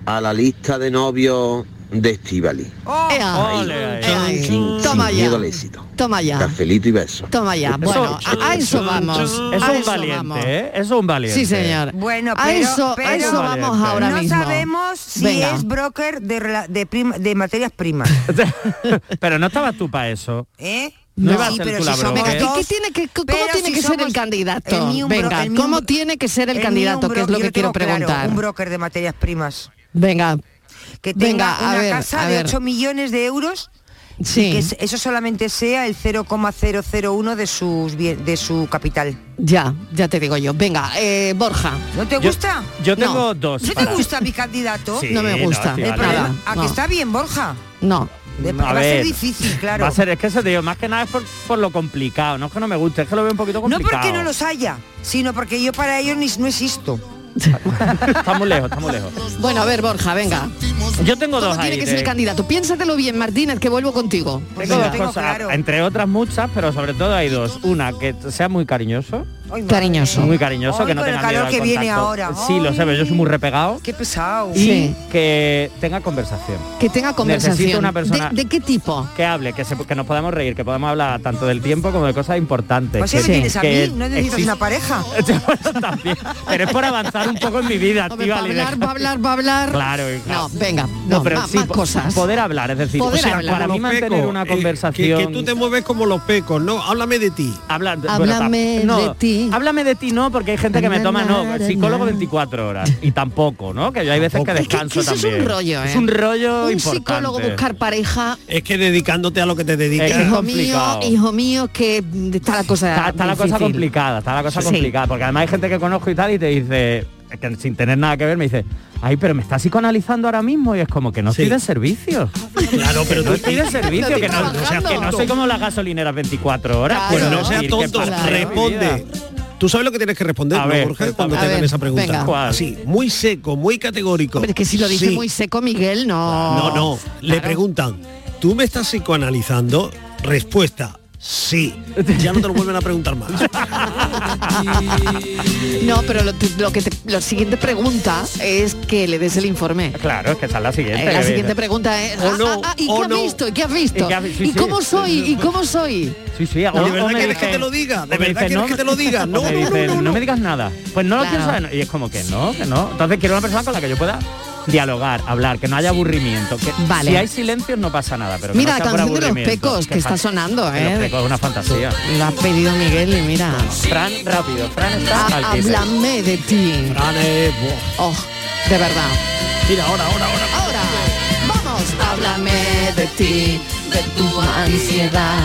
a la lista de novios de Estivali.
Oh.
Ea, ea,
Sin,
Toma
sin
ya.
miedo al éxito.
Toma ya.
Cafelito y beso.
Toma ya. Bueno, a, a eso vamos.
Es
a
un
eso
valiente,
vamos.
¿eh? Es un valiente.
Sí, señor.
Bueno,
a
pero-
eso,
pero
a eso vamos ahora
no
mismo.
sabemos si
Venga.
es broker de, rela- de, prim- de materias primas.
Pero no estabas tú para eso.
¿eh?
No,
Sí,
vas a hacer
pero
tú la ¿eh?
si somos
broker.
dos,
¿Qué tiene que, ¿Cómo
Pero
tiene
si
que ser el
somos-
candidato?
el mío, un bro-
Venga,
el mío, un
¿cómo
bro-
tiene que ser el,
mío,
candidato?
un
Que es
bro-
lo
yo
que quiero
tengo claro,
preguntar.
un broker de materias primas.
Venga.
Que tenga
Venga, a
una
ver,
casa
a
de
ver.
8 millones de euros
Sí.
y que es- eso solamente sea el 0,001 de, sus, bien- de su capital.
Ya, ya te digo yo. Venga, eh, Borja.
¿No te
Yo-
gusta?
yo tengo dos
¿No te
para-
gusta mi candidato?
Sí, No me no, gusta. eh,
El
Estivali.
problema-
Nada,
¿A que
no.
está bien, Borja?
No.
De- va a ser difícil, claro.
Va a ser, es que eso te digo, más que nada es por, por lo complicado. No es que no me guste, es que lo veo un poquito
No
complicado.
porque no los haya, sino porque yo para ellos ni, no existo.
Está muy lejos, está muy lejos.
Bueno, a ver, Borja, venga.
Yo tengo
¿Cómo
dos
tiene
ahí eh.
que
de-
ser el candidato? Piénsatelo bien, Martínez, que vuelvo contigo.
Pues
Tengo
Venga.
dos cosas, entre otras muchas, pero sobre todo hay dos. Una, que sea muy cariñoso.
Cariñoso.
Muy cariñoso, que no
con el
tenga miedo
calor
al
que viene
contacto.
ahora.
Sí, lo sé, pero yo soy muy repegado.
Qué pesado.
Y que tenga conversación.
Que tenga conversación.
Necesito una persona-
¿De, de qué tipo?
Que hable, que, se- que nos podamos reír, que podamos hablar tanto del tiempo como de cosas importantes.
O sea,
que-
Pues me tienes a
que
mí, no necesitas
existe-
una pareja.
Pero es por avanzar un poco en mi vida,
Hombre, para
Estivali, de-
hablar, para hablar, para hablar.
Claro,
No,
claro.
venga,
No,
no,
pero
más,
sí,
más
po-
cosas.
poder hablar, es decir,
Poder
o sea,
hablar.
para mí
Como
mantener
peco,
una
eh, que-
conversación.
Que tú te mueves como los pecos, ¿no? Háblame de ti.
Habla, bueno, pa- no, Háblame de ti, no, porque hay gente que me toma, no, psicólogo 24 horas. Y tampoco, ¿no? Que yo hay veces que
Tampoco. Es que-
descanso
que eso es
también.
un rollo,
Es un
¿eh?
rollo
Un
importante.
psicólogo buscar pareja.
Es que dedicándote a lo que te dedicas.
Hijo mío, hijo mío, que mm, está la cosa
Está, está la cosa
difícil.
complicada, está la cosa
Sí.
complicada, porque además hay gente que conozco y tal y te dice, que sin tener nada que ver, me dice, ay, pero me está psicoanalizando ahora mismo y es como que no estoy de servicio.
Claro, pero
Que
tú-
no estoy de servicio, que no,
No seas
que no
tonto.
soy como las gasolineras 24 horas.
Pues
puedo
no seas
decir que
tonto,
parte de mi vida.
responde. Tú sabes lo que tienes que responder,
A
¿no,
ver,
Borja, cuando
a
te
ver,
hagan esa pregunta.
venga.
Sí, muy seco, muy categórico.
Hombre, que si lo dice
Sí.
muy seco Miguel, no.
No, no, le preguntan, ¿tú me estás psicoanalizando? Respuesta, sí. Ya no te lo vuelven a preguntar más.
No, pero lo, lo que te- lo siguiente pregunta es que le des el informe.
Claro, es que esa es la siguiente.
Eh, la
que
siguiente
viene.
pregunta es,
O
ah,
no,
ah, ah, ¿y
o
qué has
no.
visto? ¿Y qué has
¿Y
visto?
qué has vi- sí,
¿Y
sí.
cómo soy? ¿Y cómo soy?
Sí, sí,
¿De verdad quieres que te lo
diga?
¿De verdad quieres que te lo diga? No, no, no, no,
no,
no.
me digas nada. Pues no lo
Claro.
quiero saber. no. Y es como que no, que no. Entonces quiero una persona con la que yo pueda dialogar, hablar, que no haya aburrimiento. Que
Vale.
Si hay silencios no pasa nada, pero que
Mira,
no sea
la
por
canción de los
aburrimiento.
pecos que
fa-
está sonando,
que Los
¿eh?
pecos es una fantasía.
Lo ha pedido Miguel y mira.
Fran, rápido. Fran está al quite.
Háblame de ti. Oh, de verdad.
Mira, ahora, ahora, ahora.
Ahora, vamos, háblame de ti, de tu ansiedad.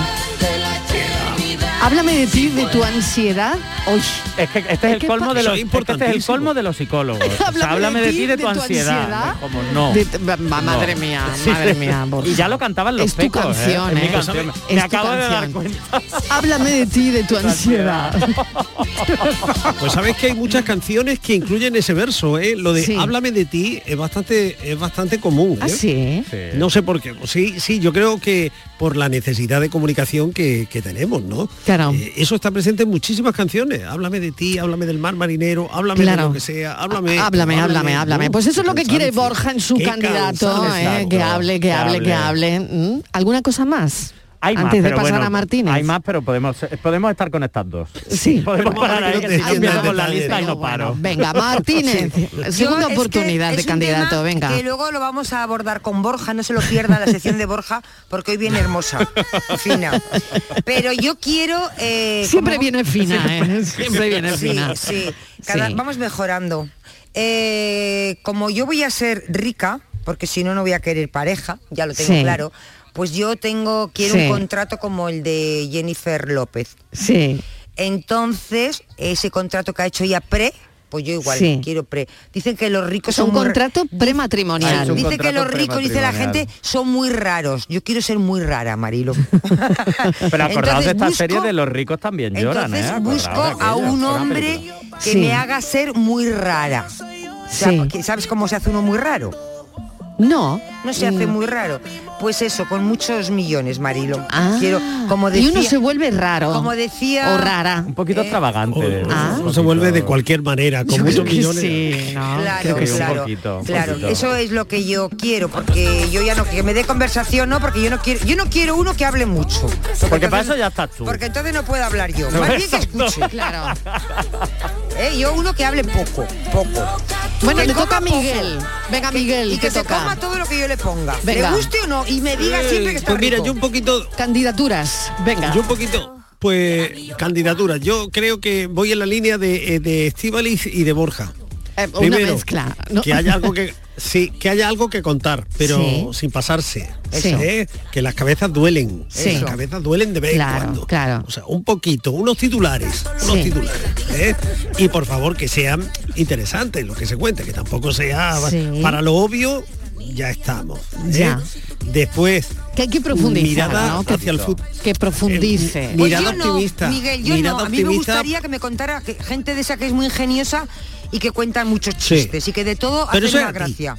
Háblame de ti, de tu ansiedad. Uy,
Es que este es, el
que
colmo
pa-
de
Eso
los
es
es que este es el colmo de los psicólogos. O sea,
Háblame de
háblame de
ti,
ti de tu ansiedad. Es Como no.
De tu- ma- madre
No.
mía,
Sí.
madre mía. por
Y ya
favor.
lo cantaban los
Es tu
pecos, ¿eh?
canción,
Es mi
¿eh?
canción.
Es
Me
tu
acabo de dar
canción.
cuenta.
Háblame de ti, de tu ansiedad.
Pues sabes que hay muchas canciones que incluyen ese verso, ¿eh? Lo de
Sí.
háblame de ti es bastante es bastante común, ¿eh?
¿Ah, sí?
No sé por qué. pues Sí, sí, yo creo que por la necesidad de comunicación que, que tenemos, ¿no?
Claro.
Eh, eso está presente en muchísimas canciones. Háblame de ti, háblame del mar marinero, háblame de
Claro. Ah,
lo que sea, háblame.
Háblame, háblame, háblame.
¿no?
Pues eso es lo que quiere
Cansancio.
Borja en su
Qué
candidato,
cansado
¿eh?
estamos.
que hable, que hable, que hable. ¿Mm? ¿Alguna cosa más?
Hay más,
Antes de
pero
pasar
bueno,
a Martínez.
Hay más, pero podemos podemos estar con estas dos.
Sí.
Podemos
Pero
parar
madre,
ahí,
que no
que
te
si
entiendes
cambiamos la
detalles.
lista y no
Bueno,
paro.
venga, Martínez, segunda
Yo, es que
oportunidad
es
de
un
candidato,
tema
venga.
Que luego lo vamos a abordar con Borja, no se lo pierda la sección de Borja, porque hoy viene hermosa, fina. Pero yo quiero... eh,
Siempre viene fina, ¿eh? Siempre viene
Sí,
fina.
sí. Cada-
Sí.
Vamos mejorando. Eh, como yo voy a ser rica, porque si no, no voy a querer pareja, ya lo tengo
Sí.
claro, pues yo tengo, quiero
Sí.
un contrato como el de Jennifer López.
Sí.
Entonces, ese contrato que ha hecho ya pre, pues yo igual
Sí.
quiero pre. Dicen que los ricos
Es un
son muy ra-
contrato prematrimonial.
Dice que los ricos, dice la gente, son muy raros. Yo quiero ser muy rara, Marilo.
Pero acordaos de
Entonces
esta
busco-
serie de los ricos también lloran, ¿eh?
Entonces
Acordaos de
busco a
aquella,
un
fue una
hombre
película.
que
Sí.
me haga ser muy rara. O sea,
Sí.
porque ¿Sabes cómo se hace uno muy raro?
No.
No se hace
Mm.
muy raro. Pues eso, con muchos millones, Marilo.
Ah,
Quiero, como
y
decía,
uno se vuelve raro.
como decía-
O rara.
Un poquito extravagante.
Eh,
¿eh?
Ah.
Eso se vuelve de cualquier manera, con
Yo
muchos
creo que
millones.
sí, ¿no?
Claro,
Ah, Sí, un
claro,
poquito, un
claro.
poquito.
Eso es lo que yo quiero, porque yo ya no que me dé conversación, no, porque yo no quiero, yo no quiero uno que hable mucho, porque,
Porque para
entonces,
eso ya estás tú.
porque entonces no puedo hablar yo.
No,
Más bien que
exacto.
escuche.
Claro.
Eh, yo uno que hable poco, poco.
Bueno,
Que
le toca a
coma poco.
Miguel. Venga, Miguel,
y que
te
se
toca.
coma todo lo que yo le ponga.
Venga.
Le guste o no, y me diga
Eh,
siempre que está
pues mira,
rico.
yo un poquito
Candidaturas, venga.
Yo un poquito, pues candidatura. Yo creo que voy en la línea de, eh, de Estíbaliz y de Borja.
Eh, una mezcla, ¿no?
Que haya algo que sí, que haya algo que contar, pero
Sí.
sin pasarse.
Sí.
¿eh? Que las cabezas duelen.
Sí.
Las cabezas duelen de vez en
Claro,
cuando.
claro.
O sea, un poquito, unos titulares, unos
Sí.
titulares. ¿eh? Y por favor que sean interesantes lo que se cuente, que tampoco sea
Sí.
para lo obvio, ya estamos. ¿eh?
Ya.
Después.
Que hay que profundizar,
mirada
¿no?
hacia el fut-
Que profundice.
Eh, mirada
Pues yo no,
optimista,
Miguel, yo
mirada
no. A mí me
optimista.
gustaría que me contara que gente de esa que es muy ingeniosa y que cuenta muchos
Sí.
chistes y que de
"Oh,
todo
Pero eso
hace
es
una
a ti.
gracia.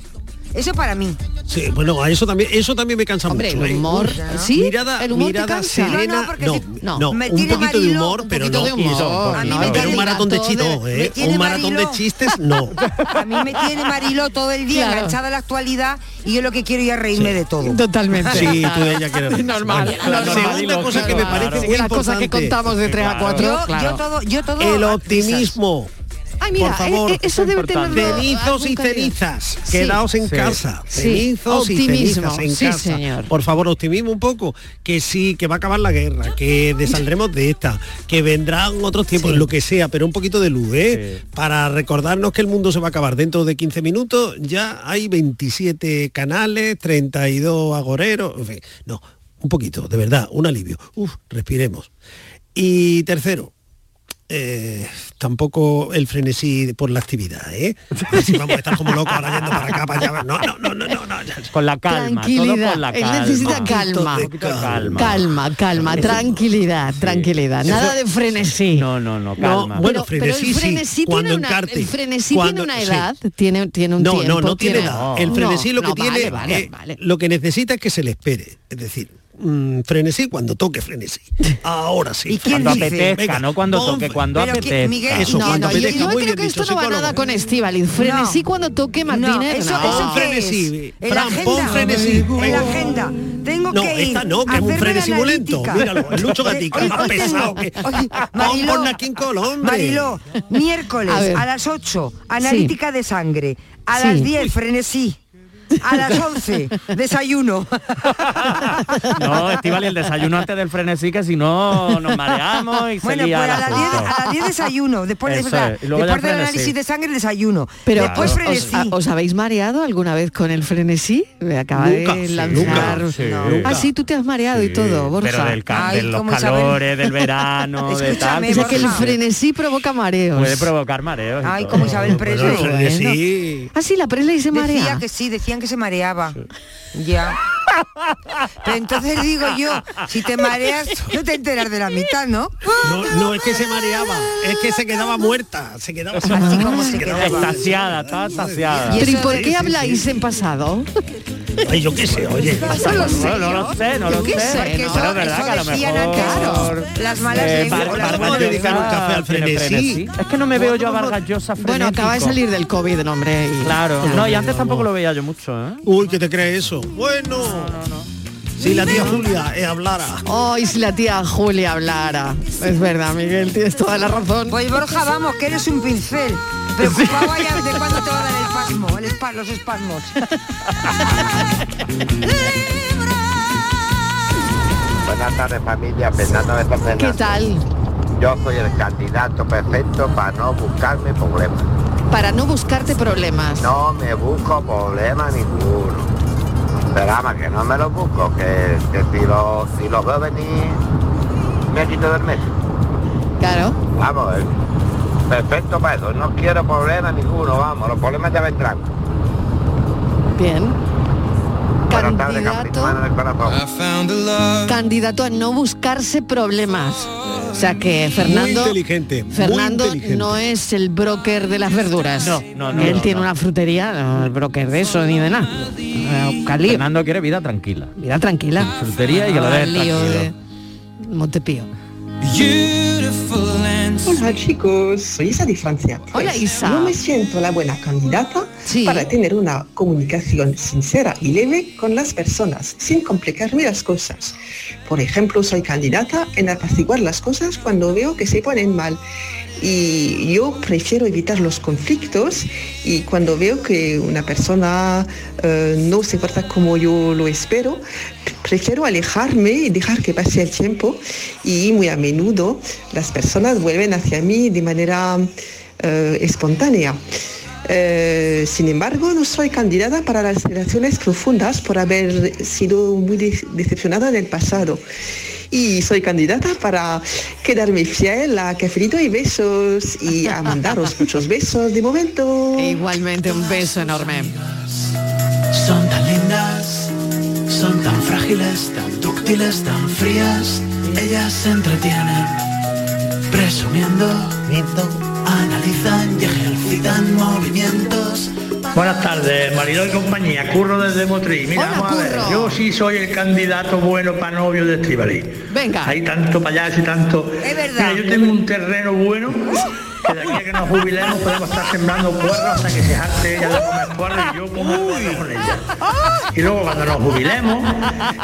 Eso para mí.
Sí, bueno, a eso también, eso también me cansa
Hombre,
mucho.
el
¿eh?
humor,
Uf,
¿sí?
Mirada,
El humor te
mirada
cansa. No,
serena.
no, porque
No,
si-
no,
no.
un
Me
poquito
tiene
de
Mariló,
humor,
un
pero
poquito
no.
de humor, A mí no, me
Pero
tiene
un maratón de
gato de-
chistes, no,
me
¿eh?
tiene
Un maratón de
Mariló.
chistes, no.
A mí me tiene Marilo todo el día
Claro.
enganchada a la actualidad y yo lo que quiero ya es reírme de todo.
Totalmente.
Sí, tú ella quiere reírse.
Normal.
Vale. La segunda cosa que me parece muy
Las cosas que
importante.
contamos de 3 a
Claro.
4.
Yo, yo todo, yo todo
El
a
optimismo.
prisas. Ay, mira,
por favor,
eh, eh, eso debe tener
Cenizos y cenizas.
Sí.
Quedaos en
Sí.
casa.
Sí.
Cenizos y
Optimismo,
cenizas en
sí,
casa.
señor.
Por favor, optimismo un poco. Que sí, que va a acabar la guerra, que desaldremos de esta, que vendrán otros tiempos, lo que sea, pero un poquito de luz, ¿eh? Para recordarnos que el mundo se va a acabar. Dentro de 15 minutos ya hay 27 canales, 32 agoreros. en fin, no, un poquito, de verdad, un alivio. Uf, respiremos. Y tercero, eh, tampoco el frenesí por la actividad, ¿eh? Así vamos a estar como locos ahora yendo para acá, para allá. No, no, no, no, no, no, ya.
Con la calma, todo
Tranquilidad.
con la
Él
calma.
necesita calma.
Un poquito de calma.
Calma, calma, tranquilidad, tranquilidad. Nada de frenesí.
No, no, no, calma.
No, bueno, frenesí,
el
sí,
frenesí
cuando
tiene una,
encarte.
el frenesí
Cuando-
tiene una
sí.
edad, tiene, tiene un
no,
tiempo.
no, no tiene edad. El frenesí
No,
lo que
no,
tiene,
vale, vale,
eh,
vale.
lo que necesita es que se le espere. Es decir, mm, frenesí cuando toque frenesí. Ahora sí.
¿Y quién Cuando dice? apetezca, no cuando toque, cuando
Pero que-
apetezca.
Miguel,
Eso,
no,
cuando
no, yo,
apetezca.
yo
Muy
creo
bien
que
dicho,
esto no va
psicólogo.
nada con Estivaliz. Frenesí cuando toque Martínez.
eso,
no.
eso qué
frenesí,
es? En la
Fran,
agenda.
pon frenesí.
En la agenda. Tengo
No,
que ir.
esta no, que
a
es un
hacerme
frenesí
la
violento.
analítica.
Míralo, el Lucho Gatica,
Eh,
más
hoy tengo-
pesado que- Pon
hoy- Mariló,
por Naquín Col, hombre.
Mariló, miércoles
A ver.
a, las 8, analítica de sangre. A las
Sí.
10, frenesí. A las 11, desayuno.
No, Estivali, el desayuno antes del frenesí, que si no nos mareamos y
Bueno,
se lía
pues
el
a las
asunto.
10, a las 10 desayuno. Después, de-
Eso
verdad,
es, y luego ya
después del
frenesí.
análisis de sangre, desayuno.
Pero
después
¿os- os,
pues frenesí.
a- os habéis mareado alguna vez con el frenesí? Me acaba
Nunca,
de
sí,
lanzar.
nunca, sí, nunca.
Ah, sí, tú te has mareado y todo, Borja.
Pero del ca- de los
cómo Isabel.
calores, del verano, de tal.
O sea, que el frenesí provoca mareos.
Puede provocar mareos. y
Ay,
todo.
como Isabel Presley.
Ah, sí, la Presley se
Decía
marea.
que sí, decían que se mareaba. Ya. Pero entonces digo yo, si te mareas, no te enteras de la mitad, ¿no?
No, no es que se mareaba, es que se quedaba muerta, se quedaba así como se quedaba.
Estasiada, estaba estasiada.
Pero ¿y por qué habláis en pasado?
Ay, yo qué sé, oye.
Eso lo sé
No, no lo sé, no lo
qué sé,
sé.
porque
no,
eso-
pero es verdad
eso
que a lo
decían
mejor...
antes
Pues
las malas lenguas.
Eh, Vargas
Ahora vamos a
Llosa
dedicar un café al
tiene
frenesí.
Es que no me veo yo a Vargas Llosa
Bueno, acaba de
frenético.
salir del COVID, no, hombre. y-
Claro. No, y antes tampoco lo veía yo mucho, ¿eh?
Uy, ¿qué te crees eso? Bueno. Si la tía Julia eh, hablara.
Hoy si la tía Julia hablara. Es verdad, Miguel, tienes toda la razón.
Pues Borja, vamos, que eres un pincel. Preocupado ya de cuándo te va a dar el espasmo, el espa- los espasmos.
Buenas tardes familia, Fernando de Papenas.
¿Qué tal?
Yo soy el candidato perfecto para no buscarme problemas.
Para no buscarte problemas.
No me busco problema ninguno. Pero ama que no me lo busco, que, que si, lo, si lo veo venir, me quito del medio.
Claro.
Vamos, eh, perfecto para eso. No quiero problema ninguno, vamos, los problemas ya vendrán.
Bien.
Buenas tardes, Campito, mano del corazón.
Candidato a no buscarse problemas. O sea que Fernando.
Muy inteligente. muy
Fernando
inteligente.
no es el broker de las verduras.
No, no, no,
Él
no,
tiene una frutería, no es broker de eso ni de nada. Eh, Cali,
Fernando quiere vida tranquila.
Vida tranquila.
Frutería y que lo
Ah,
dejes
lío
tranquilo.
de Montepío.
Hola chicos, soy Isa de Francia.
Hola, Isa.
No me siento la buena candidata para tener una comunicación sincera y leve con las personas, sin complicarme las cosas. Por ejemplo, soy candidata en apaciguar las cosas cuando veo que se ponen mal. Y yo prefiero evitar los conflictos y cuando veo que una persona eh, no se porta como yo lo espero, prefiero alejarme y dejar que pase el tiempo y muy a menudo las personas vuelven hacia mí de manera eh, espontánea. Eh, sin embargo, no soy candidata para las relaciones profundas por haber sido muy de- decepcionada en el pasado. Y soy candidata para quedarme fiel a cafelito y besos y a mandaros muchos besos de momento.
E igualmente un beso enorme.
Son tan lindas, son tan frágiles, tan dúctiles, tan frías. Ellas se entretienen, presumiendo, analizan y ejercitan movimientos.
Buenas tardes, marido y compañía, Curro desde Motriz. Mira,
Hola,
vamos a ver,
Curro.
yo sí soy el candidato bueno para novio de Estivali.
Venga. Mm.
Hay tanto payaso y tanto... Es verdad. Mira, yo tengo un terreno bueno, que de aquí a que nos jubilemos podemos estar sembrando cuernos hasta que se jarte ella de comer cuernos y yo como cuernos con ella. Y luego cuando nos jubilemos,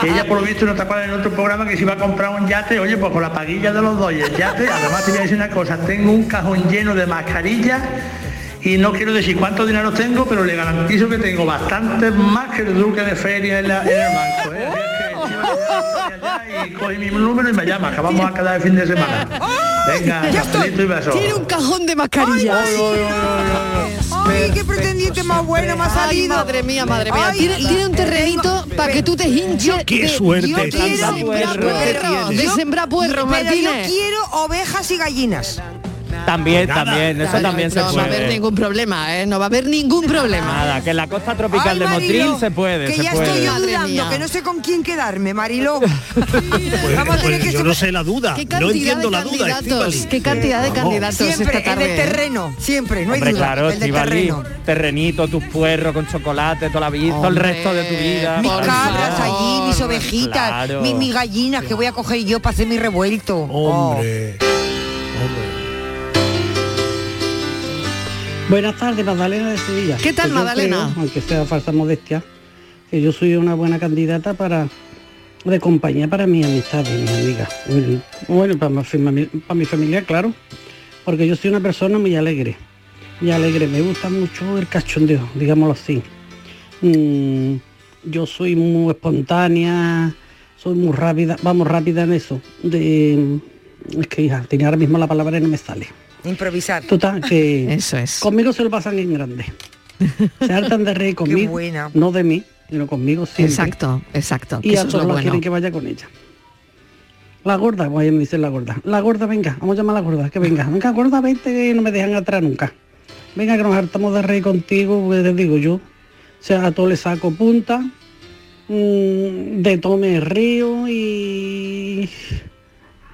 ella por lo visto no tapar en otro programa que si va a comprar un yate, oye, pues con la paguilla de los dos y el yate, además te voy a decir una cosa, tengo un cajón lleno de mascarillas y no quiero decir cuánto dinero tengo, pero le garantizo que tengo bastante más que el duque de feria en, la- en el banco. ¿eh? Y coge mi número y me llama, que vamos a quedar el fin de semana. Venga, cafelito y besos.
Tiene un cajón de mascarillas.
Ay, qué pretendiente más bueno, más
Ay,
salido.
madre mía, madre mía.
Ay,
Tiene, tiene un terrenito para que tú te hinches.
Qué
de-
suerte.
Yo quiero
Tanta
sembrar
puerro que
puerros,
tienes.
de
Yo-
sembrar puerros,
Pero yo
Martínez.
quiero ovejas y gallinas.
También, también, eso
Claro,
también se
Pues no va a haber
puede.
ningún problema, ¿eh? No va a haber ningún problema.
Nada, que en la costa tropical
Ay,
de
Marilo,
Motril se puede,
Que
se
ya
puede.
estoy yo
Madre
dudando,
mía.
que no sé con quién quedarme, Mariló. Vamos a tener
Pues
que
yo no sé la duda,
¿Qué
no
cantidad
entiendo
de
la duda.
candidatos?
Estíbaliz.
¿Qué cantidad de
Vamos.
candidatos
Siempre,
esta
el
tarde?
de terreno, siempre, no hay
Hombre,
duda.
claro,
el de
Estivali,
terreno.
terrenito, tus puerros con chocolate, toda la vida, todo el
Hombre,
resto de tu vida.
Mis
Por
cabras
favor.
allí, mis ovejitas,
Claro.
mi- mis, gallinas que voy a coger yo para hacer mi revuelto. Hombre.
Buenas tardes, Magdalena de Sevilla.
¿Qué tal,
yo
Magdalena?
creo, aunque sea falsa modestia, que yo soy una buena candidata para de compañía para mis amistades, mis amigas. Bueno, Bueno, para mi, fami- para mi familia, claro, porque yo soy una persona muy alegre. Muy alegre, me gusta mucho el cachondeo, digámoslo así. Mm, yo soy muy espontánea, soy muy rápida, vamos rápida en eso. De, es que hija, tenía ahora mismo la palabra y no me sale.
Oh, Improvisar.
Total, que
Eso es.
conmigo se lo pasan en grande. Se hartan de reír conmigo,
buena.
no de mí, sino conmigo siempre.
Exacto, exacto. que
Y a
eso es lo
todos
bueno.
quieren que vaya con ella. La gorda, pues me dice la gorda. La gorda, venga, vamos a llamar a la gorda, que venga. Venga, gorda, vente, que no me dejan atrás nunca. Venga, que nos hartamos de reír contigo, porque te digo yo. O sea, a todo le saco punta, mm, de todo me río y,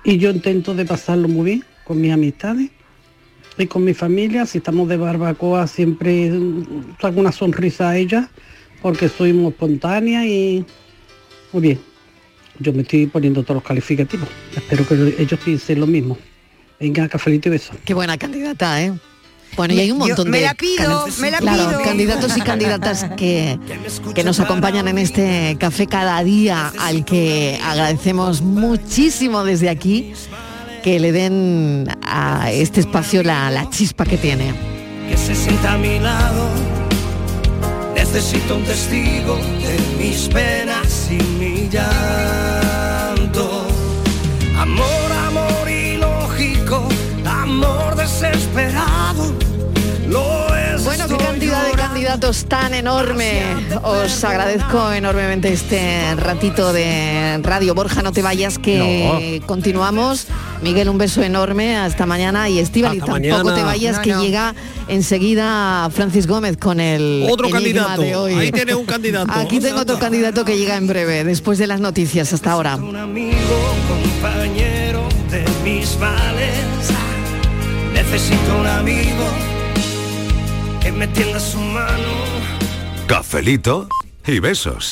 y yo intento de pasarlo muy bien con mis amistades y con mi familia. Si estamos de barbacoa siempre mm, saco una sonrisa a ella porque soy muy espontánea y muy bien. Yo me estoy poniendo todos los calificativos. Espero que ellos piensen lo mismo. Venga, cafelito y beso.
Qué buena candidata, ¿eh? Bueno, y hay un
Yo-
montón
me
de
la pido,
candid-
me la
claro,
pido.
candidatos y candidatas que, que nos acompañan en este café cada día, al que agradecemos muchísimo desde aquí que le den a este espacio la, la chispa que tiene.
que se sienta a mi lado. Necesito un testigo de mis penas y mi llanto. Amor, amor ilógico, amor desesperado. Lo es.
Bueno, qué cantidad de candidatos tan enorme. Os agradezco enormemente este ratito de radio. Borja, no te vayas, que continuamos. Miguel, un beso enorme. Hasta mañana. Y Estivali,
Hasta
tampoco
mañana.
te vayas,
No,
que
no.
llega enseguida Francis Gómez con el
Otro
enigma
candidato.
de hoy.
Ahí tienes un candidato.
Aquí tengo otro candidato que llega en breve, después de las noticias. Hasta ahora.
Un amigo, compañero de mis males. Necesito un amigo que me tienda su mano.
Cafelito y besos.